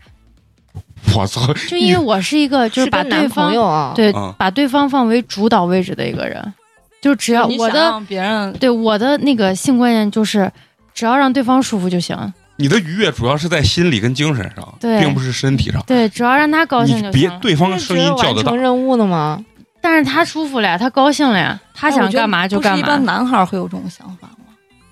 我操！
就因为我是一个就是
嗯跟
把对
男
方
朋友啊，
对
嗯
把对方放为主导位置的一个人，就只要
你想
我
啊
的
让别人
对我的那个性观念就是，只要让对方舒服就行。
你的愉悦主要是在心理跟精神上，
对
并不是身体上。
对，只要让他高兴
你
就
别
行了。
对方的
是
声音
觉得
叫
完
得大
成，任务了吗？
但是他舒服了呀，他高兴了呀，
哎
他想干嘛就干
不是一般
嘛。
男孩会有这种想法吗？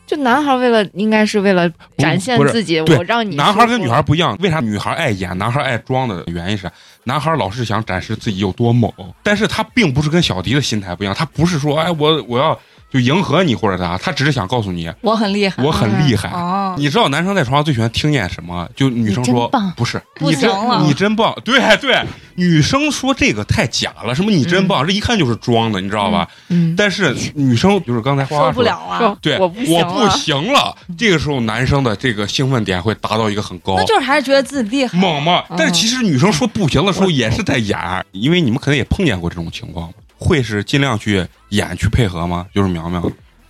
就男孩为了应该是为了展现
不是
自己，
对
我让你
男孩
舒服
跟女孩不一样，为啥女孩爱演，男孩爱装的原因是，男孩老是想展示自己有多猛，但是他并不是跟小迪的心态不一样，他不是说哎我我要就迎合你或者啥，他只是想告诉你
我很厉害，
我很厉害。
嗯哦，
你知道男生在床上最喜欢听见什么？就女生说
你真棒
不是，
不
你真
行了
你真棒，对对，女生说这个太假了，什么你真棒，这一看就是装的，你知道吧？
嗯，
但是女生就是刚才花花
受
说
不
的
了啊！
说
对，
我
我
不行了
行了。这个时候，男生的这个兴奋点会达到一个很高
那，就是还是觉得自己厉害。
猛嘛。
嗯
但是其实女生说不行的时候也是在演，因为你们可能也碰见过这种情况，会是尽量去演去配合吗？就是苗苗，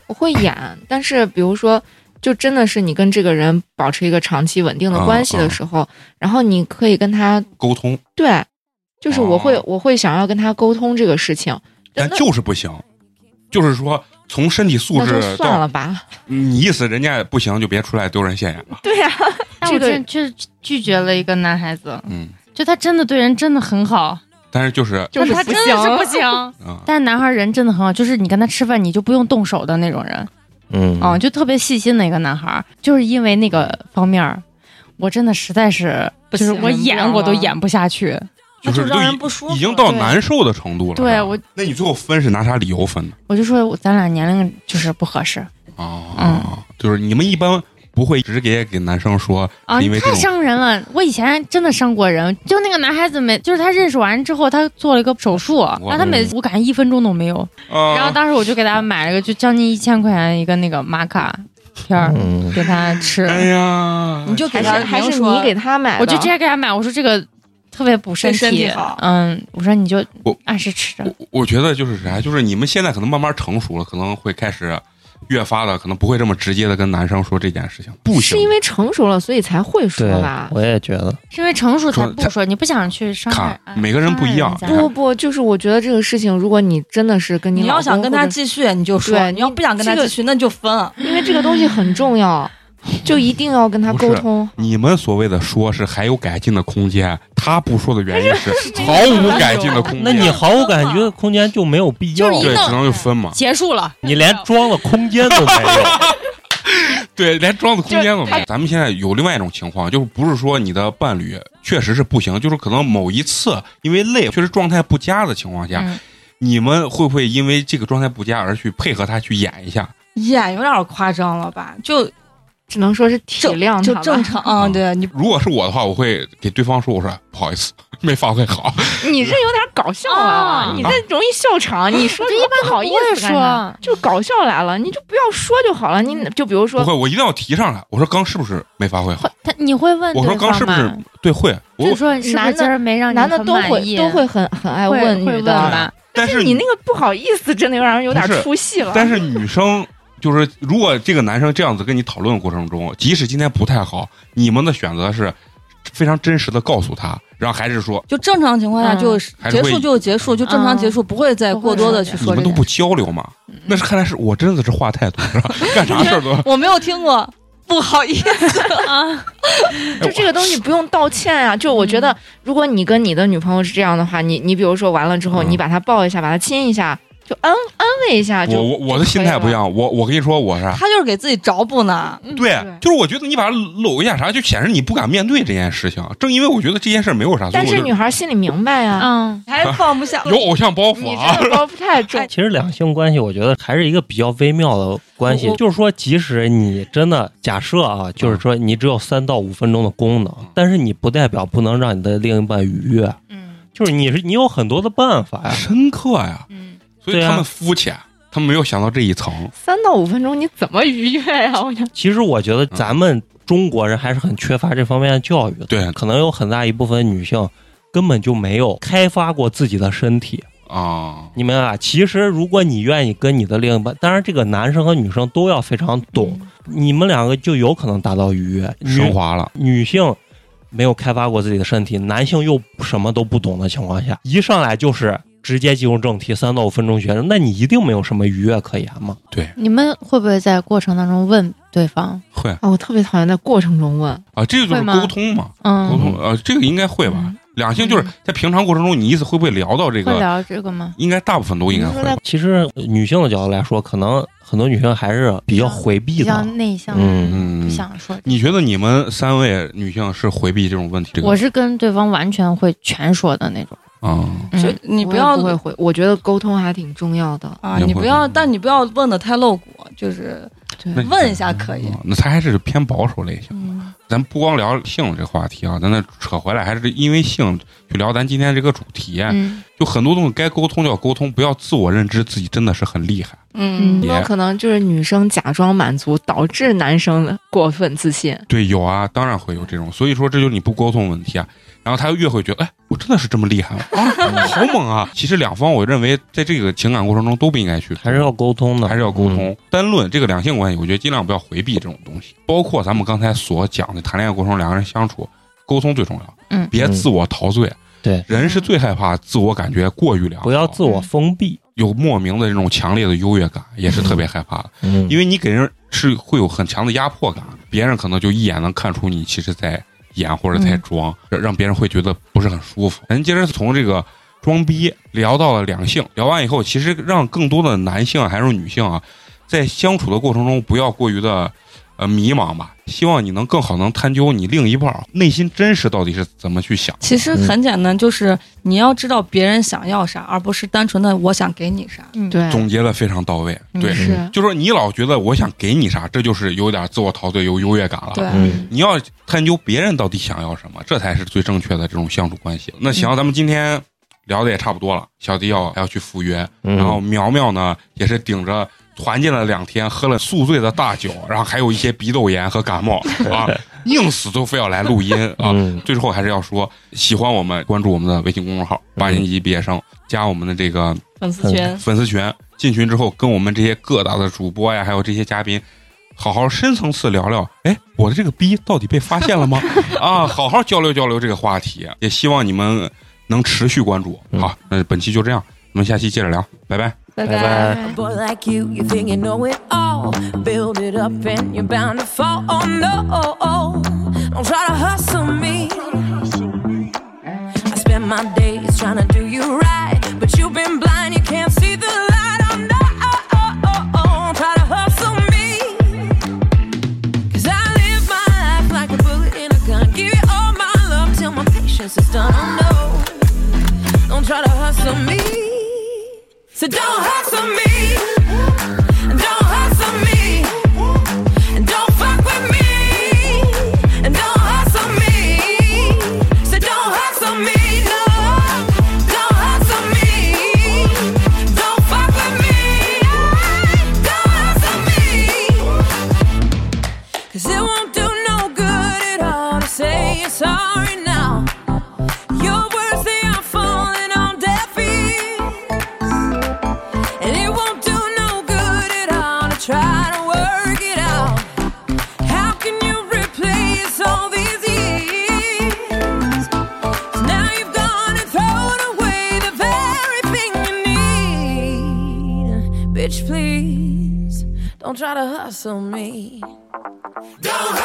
我会演，但是比如说，就真的是你跟这个人保持一个长期稳定
嗯
的关系的时候，然后你可以跟他
沟通，
对，就是我会、
哦
我会想要跟他沟通这个事情，
但
那
就是不行，就是说从身体素
那就
质
算
到
了吧。
你意思人家也不行就别出来丢人现眼了。
对呀、
但
这
我
个
真确实拒绝了一个男孩子，
嗯，
就他真的对人真的很好，
但是就是
就是
但他
不
真的是
行
不 行。
啊，
但是男孩人真的很好，就是你跟他吃饭你就不用动手的那种人。
嗯
嗯，就特别细心的一个男孩儿，就是因为那个方面儿，我真的实在是，
不
就是
行
我
忍不
演
了
我都
了
演不下去。
就
那
是
就
都
让人
已
不舒服。
已经到
对
难受的程度了。
对
是吧
我，
那你最后分是拿啥理由分的？
我就说我咱俩年龄就是不合适
啊，就是你们一般不会直接给男生说
啊，
是因为
你
这
太
种
伤人了。我以前真的伤过人，就那个男孩子每，就是他认识完之后，他做了一个手术，然后他每次我感觉一分钟都没有。
啊
然后当时我就给他买了个就将近一千块钱一个那个玛卡片儿
嗯，
给他吃，
哎呀，
你就给
还是
他
还是
明说
你给他买的，
我就直接给他买，我说这个特别补身
对身
体
体好
嗯，我说你就
我
按时吃着。
我我觉得就是啥，就是你们现在可能慢慢成熟了，可能会开始越发的，可能不会这么直接的跟男生说这件事情，不行
是，因为成熟了，所以才会说
对
吧，。
我也觉得，
是因为成熟才
说
不说，你不想去伤害啊
看。每个人不一样
伤
不
害人
不
家
不，就是我觉得这个事情，如果你真的是跟
你
老
要
公
想跟他
或者
继续，你就说；
对
你要不想跟他
这个
继续，那就分啊。
因为这个东西很重要，就一定要跟他
不
沟
是
通。
你们所谓的说是还有改进的空间，他不说的原因是毫无改进的空间，
那你毫无感觉的空间就没有必要，
对只能就分嘛，
结束了，
你连装的空间都没 有。
对，连装的空间都没有。咱们现在有另外一种情况，就是不是说你的伴侣确实是不行，就是可能某一次因为累，确实状态不佳的情况下，
嗯
你们会不会因为这个状态不佳而去配合他去演一下？
演有点夸张了吧？就
只能说是体
正
谅
就
他吧
正 常，嗯，对你
如果是我的话，我会给对方说，我说不好意思， 没发挥好。
你这有点搞笑来
啊
了，你这容易笑场。你说这一般好意
我
思干啥，
说，
就搞笑来了，你就不要说就好了。你就比如
不
说，
会，我一定要提上来。我说刚是不是没发挥好？
会他你会问
我说
对
刚
方
是不是
吗？
对会？
就
我
说
是
哪
男的
今儿没让你
男的
很
都
满
会
意
都会很很爱
会
问
会
女
问
的，
吧？
但是
你那个不好意思，真的让人有点
不是
出戏了。
但是女生就是，如果这个男生这样子跟你讨论的过程中，即使今天不太好，你们的选择是非常真实的告诉他，然后还是说
就正常情况下
嗯
就
还是
结
会
束就结束，就正常结束，嗯不会再
不会
过多的去
说
你
说这
们都
个。
不交流嘛？那是看来是我真的是话太多了，干啥事儿都
我没有听过，不好意思，
啊
就这个东西不用道歉啊！就我觉得，如果你跟你的女朋友是这样的话，你你比如说完了之
嗯
后，你把她抱一下，把她亲一下，就安安慰一下，就
我我我的心态不一样，我我跟你说我是。啊
他就是给自己找补 呢。
对，就是我觉得你把他搂一下啥，就显示你不敢面对这件事情。正因为我觉得这件事儿没有啥，所以
但
我
是
就
女孩心里明白呀、
嗯，
还放不下
有偶像包袱
你
啊。
这个包袱太重。
其实两性关系，我觉得还是一个比较微妙的关系
我，
就是说，即使你真的假设啊，就是说你只有三到五分钟的功
嗯
能，但是你不代表不能让你的另一半愉悦，
嗯
就是你是你有很多的办法呀。
哎深刻呀，
嗯，
所以
对啊
他们肤浅，他们没有想到这一层。
三到五分钟你怎么愉悦呀、我想
其实我觉得咱们中国人还是很缺乏这方面的教育的，
对
可能有很大一部分女性根本就没有开发过自己的身体。
啊，
你们啊，其实如果你愿意跟你的另一半，当然这个男生和女生都要非常懂，你们两个就有可能达到愉悦。
升
女
华了。
女性没有开发过自己的身体，男性又什么都不懂的情况下，一上来就是直接进入正题，三到五分钟学生，那你一定没有什么愉悦可言嘛？
你们会不会在过程当中问对方？
会
啊，我特别讨厌在过程中问，
啊，这个就是
会吗
沟通嘛，沟
嗯，
通呃，这个应该会吧
嗯。
两性就是在平常过程中，你意思会不会聊到这
会
个？
聊这个吗？
应该大部分都应该会吧。
其实女性的角度来说，可能很多女性还是比较回避
比较
的。
内向，
嗯
不想说。
你觉得你们三位女性是回避这种问题？这个
我是跟对方完全会全说的那种，
啊，
就
嗯，
你不
我也
要
不会回，我觉得沟通还挺重要的。
啊，
也
你
会
不要，
嗯
但你不要问的太露骨，就是
那你
问一下可以。
啊那他还是偏保守类型。咱不光聊性这个话题啊，咱再扯回来，还是因为性去聊咱今天这个主题。啊
嗯，
就很多东西该沟通就要沟通，不要自我认知自己真的是很厉害。
嗯
有没有可能就是女生假装满足，导致男生的过分自信？
对，有啊，当然会有这种，所以说这就是你不沟通问题啊。然后他越会觉得，哎，我真的是这么厉害吗？ 啊，好猛啊！其实两方，我认为在这个情感过程中都不应该去，
还是要沟通的，
还是要沟
嗯
通。单论这个两性关系，我觉得尽量不要回避这种东西，包括咱们刚才所讲的谈恋爱过程中两个人相处，沟通最重要。
嗯
别自我陶醉。
对，
人是最害怕自我感觉过于良好，
不要自我封闭。
有莫名的这种强烈的优越感，也是特别害怕的。
嗯
因为你给人是会有很强的压迫感，别人可能就一眼能看出你其实在演或者在装，让让别人会觉得不是很舒服。咱接着从这个装逼聊到了两性，聊完以后，其实让更多的男性还是女性啊，在相处的过程中不要过于的。呃，迷茫吧，希望你能更好能探究你另一半儿内心真实到底是怎么去想。
其实很简单，就是你要知道别人想要啥，而不是单纯的我想给你啥。
对，嗯
总结的非常到位，对，
是
就说你老觉得我想给你啥，这就是有点自我陶醉、有优越感了。
对，
嗯，
你要探究别人到底想要什么，这才是最正确的这种相处关系。那
嗯
行，咱们今天聊的也差不多了，小迪要要去赴约，
嗯
然后苗苗呢也是顶着。团建了两天，喝了宿醉的大酒，然后还有一些鼻窦炎和感 冒啊，宁死都非要来录音啊！
嗯
最后还是要说，喜欢我们，关注我们的微信公众号“八年级毕业生”，加我们的这个
粉丝群，
粉丝群，进群之后跟我们这些各大的主播呀，还有这些嘉宾，好好深层次聊聊。哎，我的这个逼到底被发现了吗？啊，好好交流交流这个话题，也希望你们能持续关注。好，那本期就这样，我们下期接着聊，拜拜。
拜
拜拜。
A boy like you, you think you know it all. Build it up and you're bound to fall. Oh no, don't try to hustle me. my days trying to do you right, but you've been blind, you can't see the light. Oh no, try to hustle me, 'Cause I live my life like a bullet in a gun. Give you all my love till my patience is done. Oh no, don't try to hustle me. So don't hustle me. Don't hustle me. And don't fuck with me. And don't hustle me. So don't hustle me. No. Don't hustle me. Don't fuck with me. Don't hustle me. Cause it won't do no good at all to say you're sorry now. Your words, they are falling on deaf ears. And it won't do no good at all to try to work it out. How can you replace all these years? 'Cause now you've gone and thrown away the very thing you need. Bitch, please, don't try to hustle me. Don't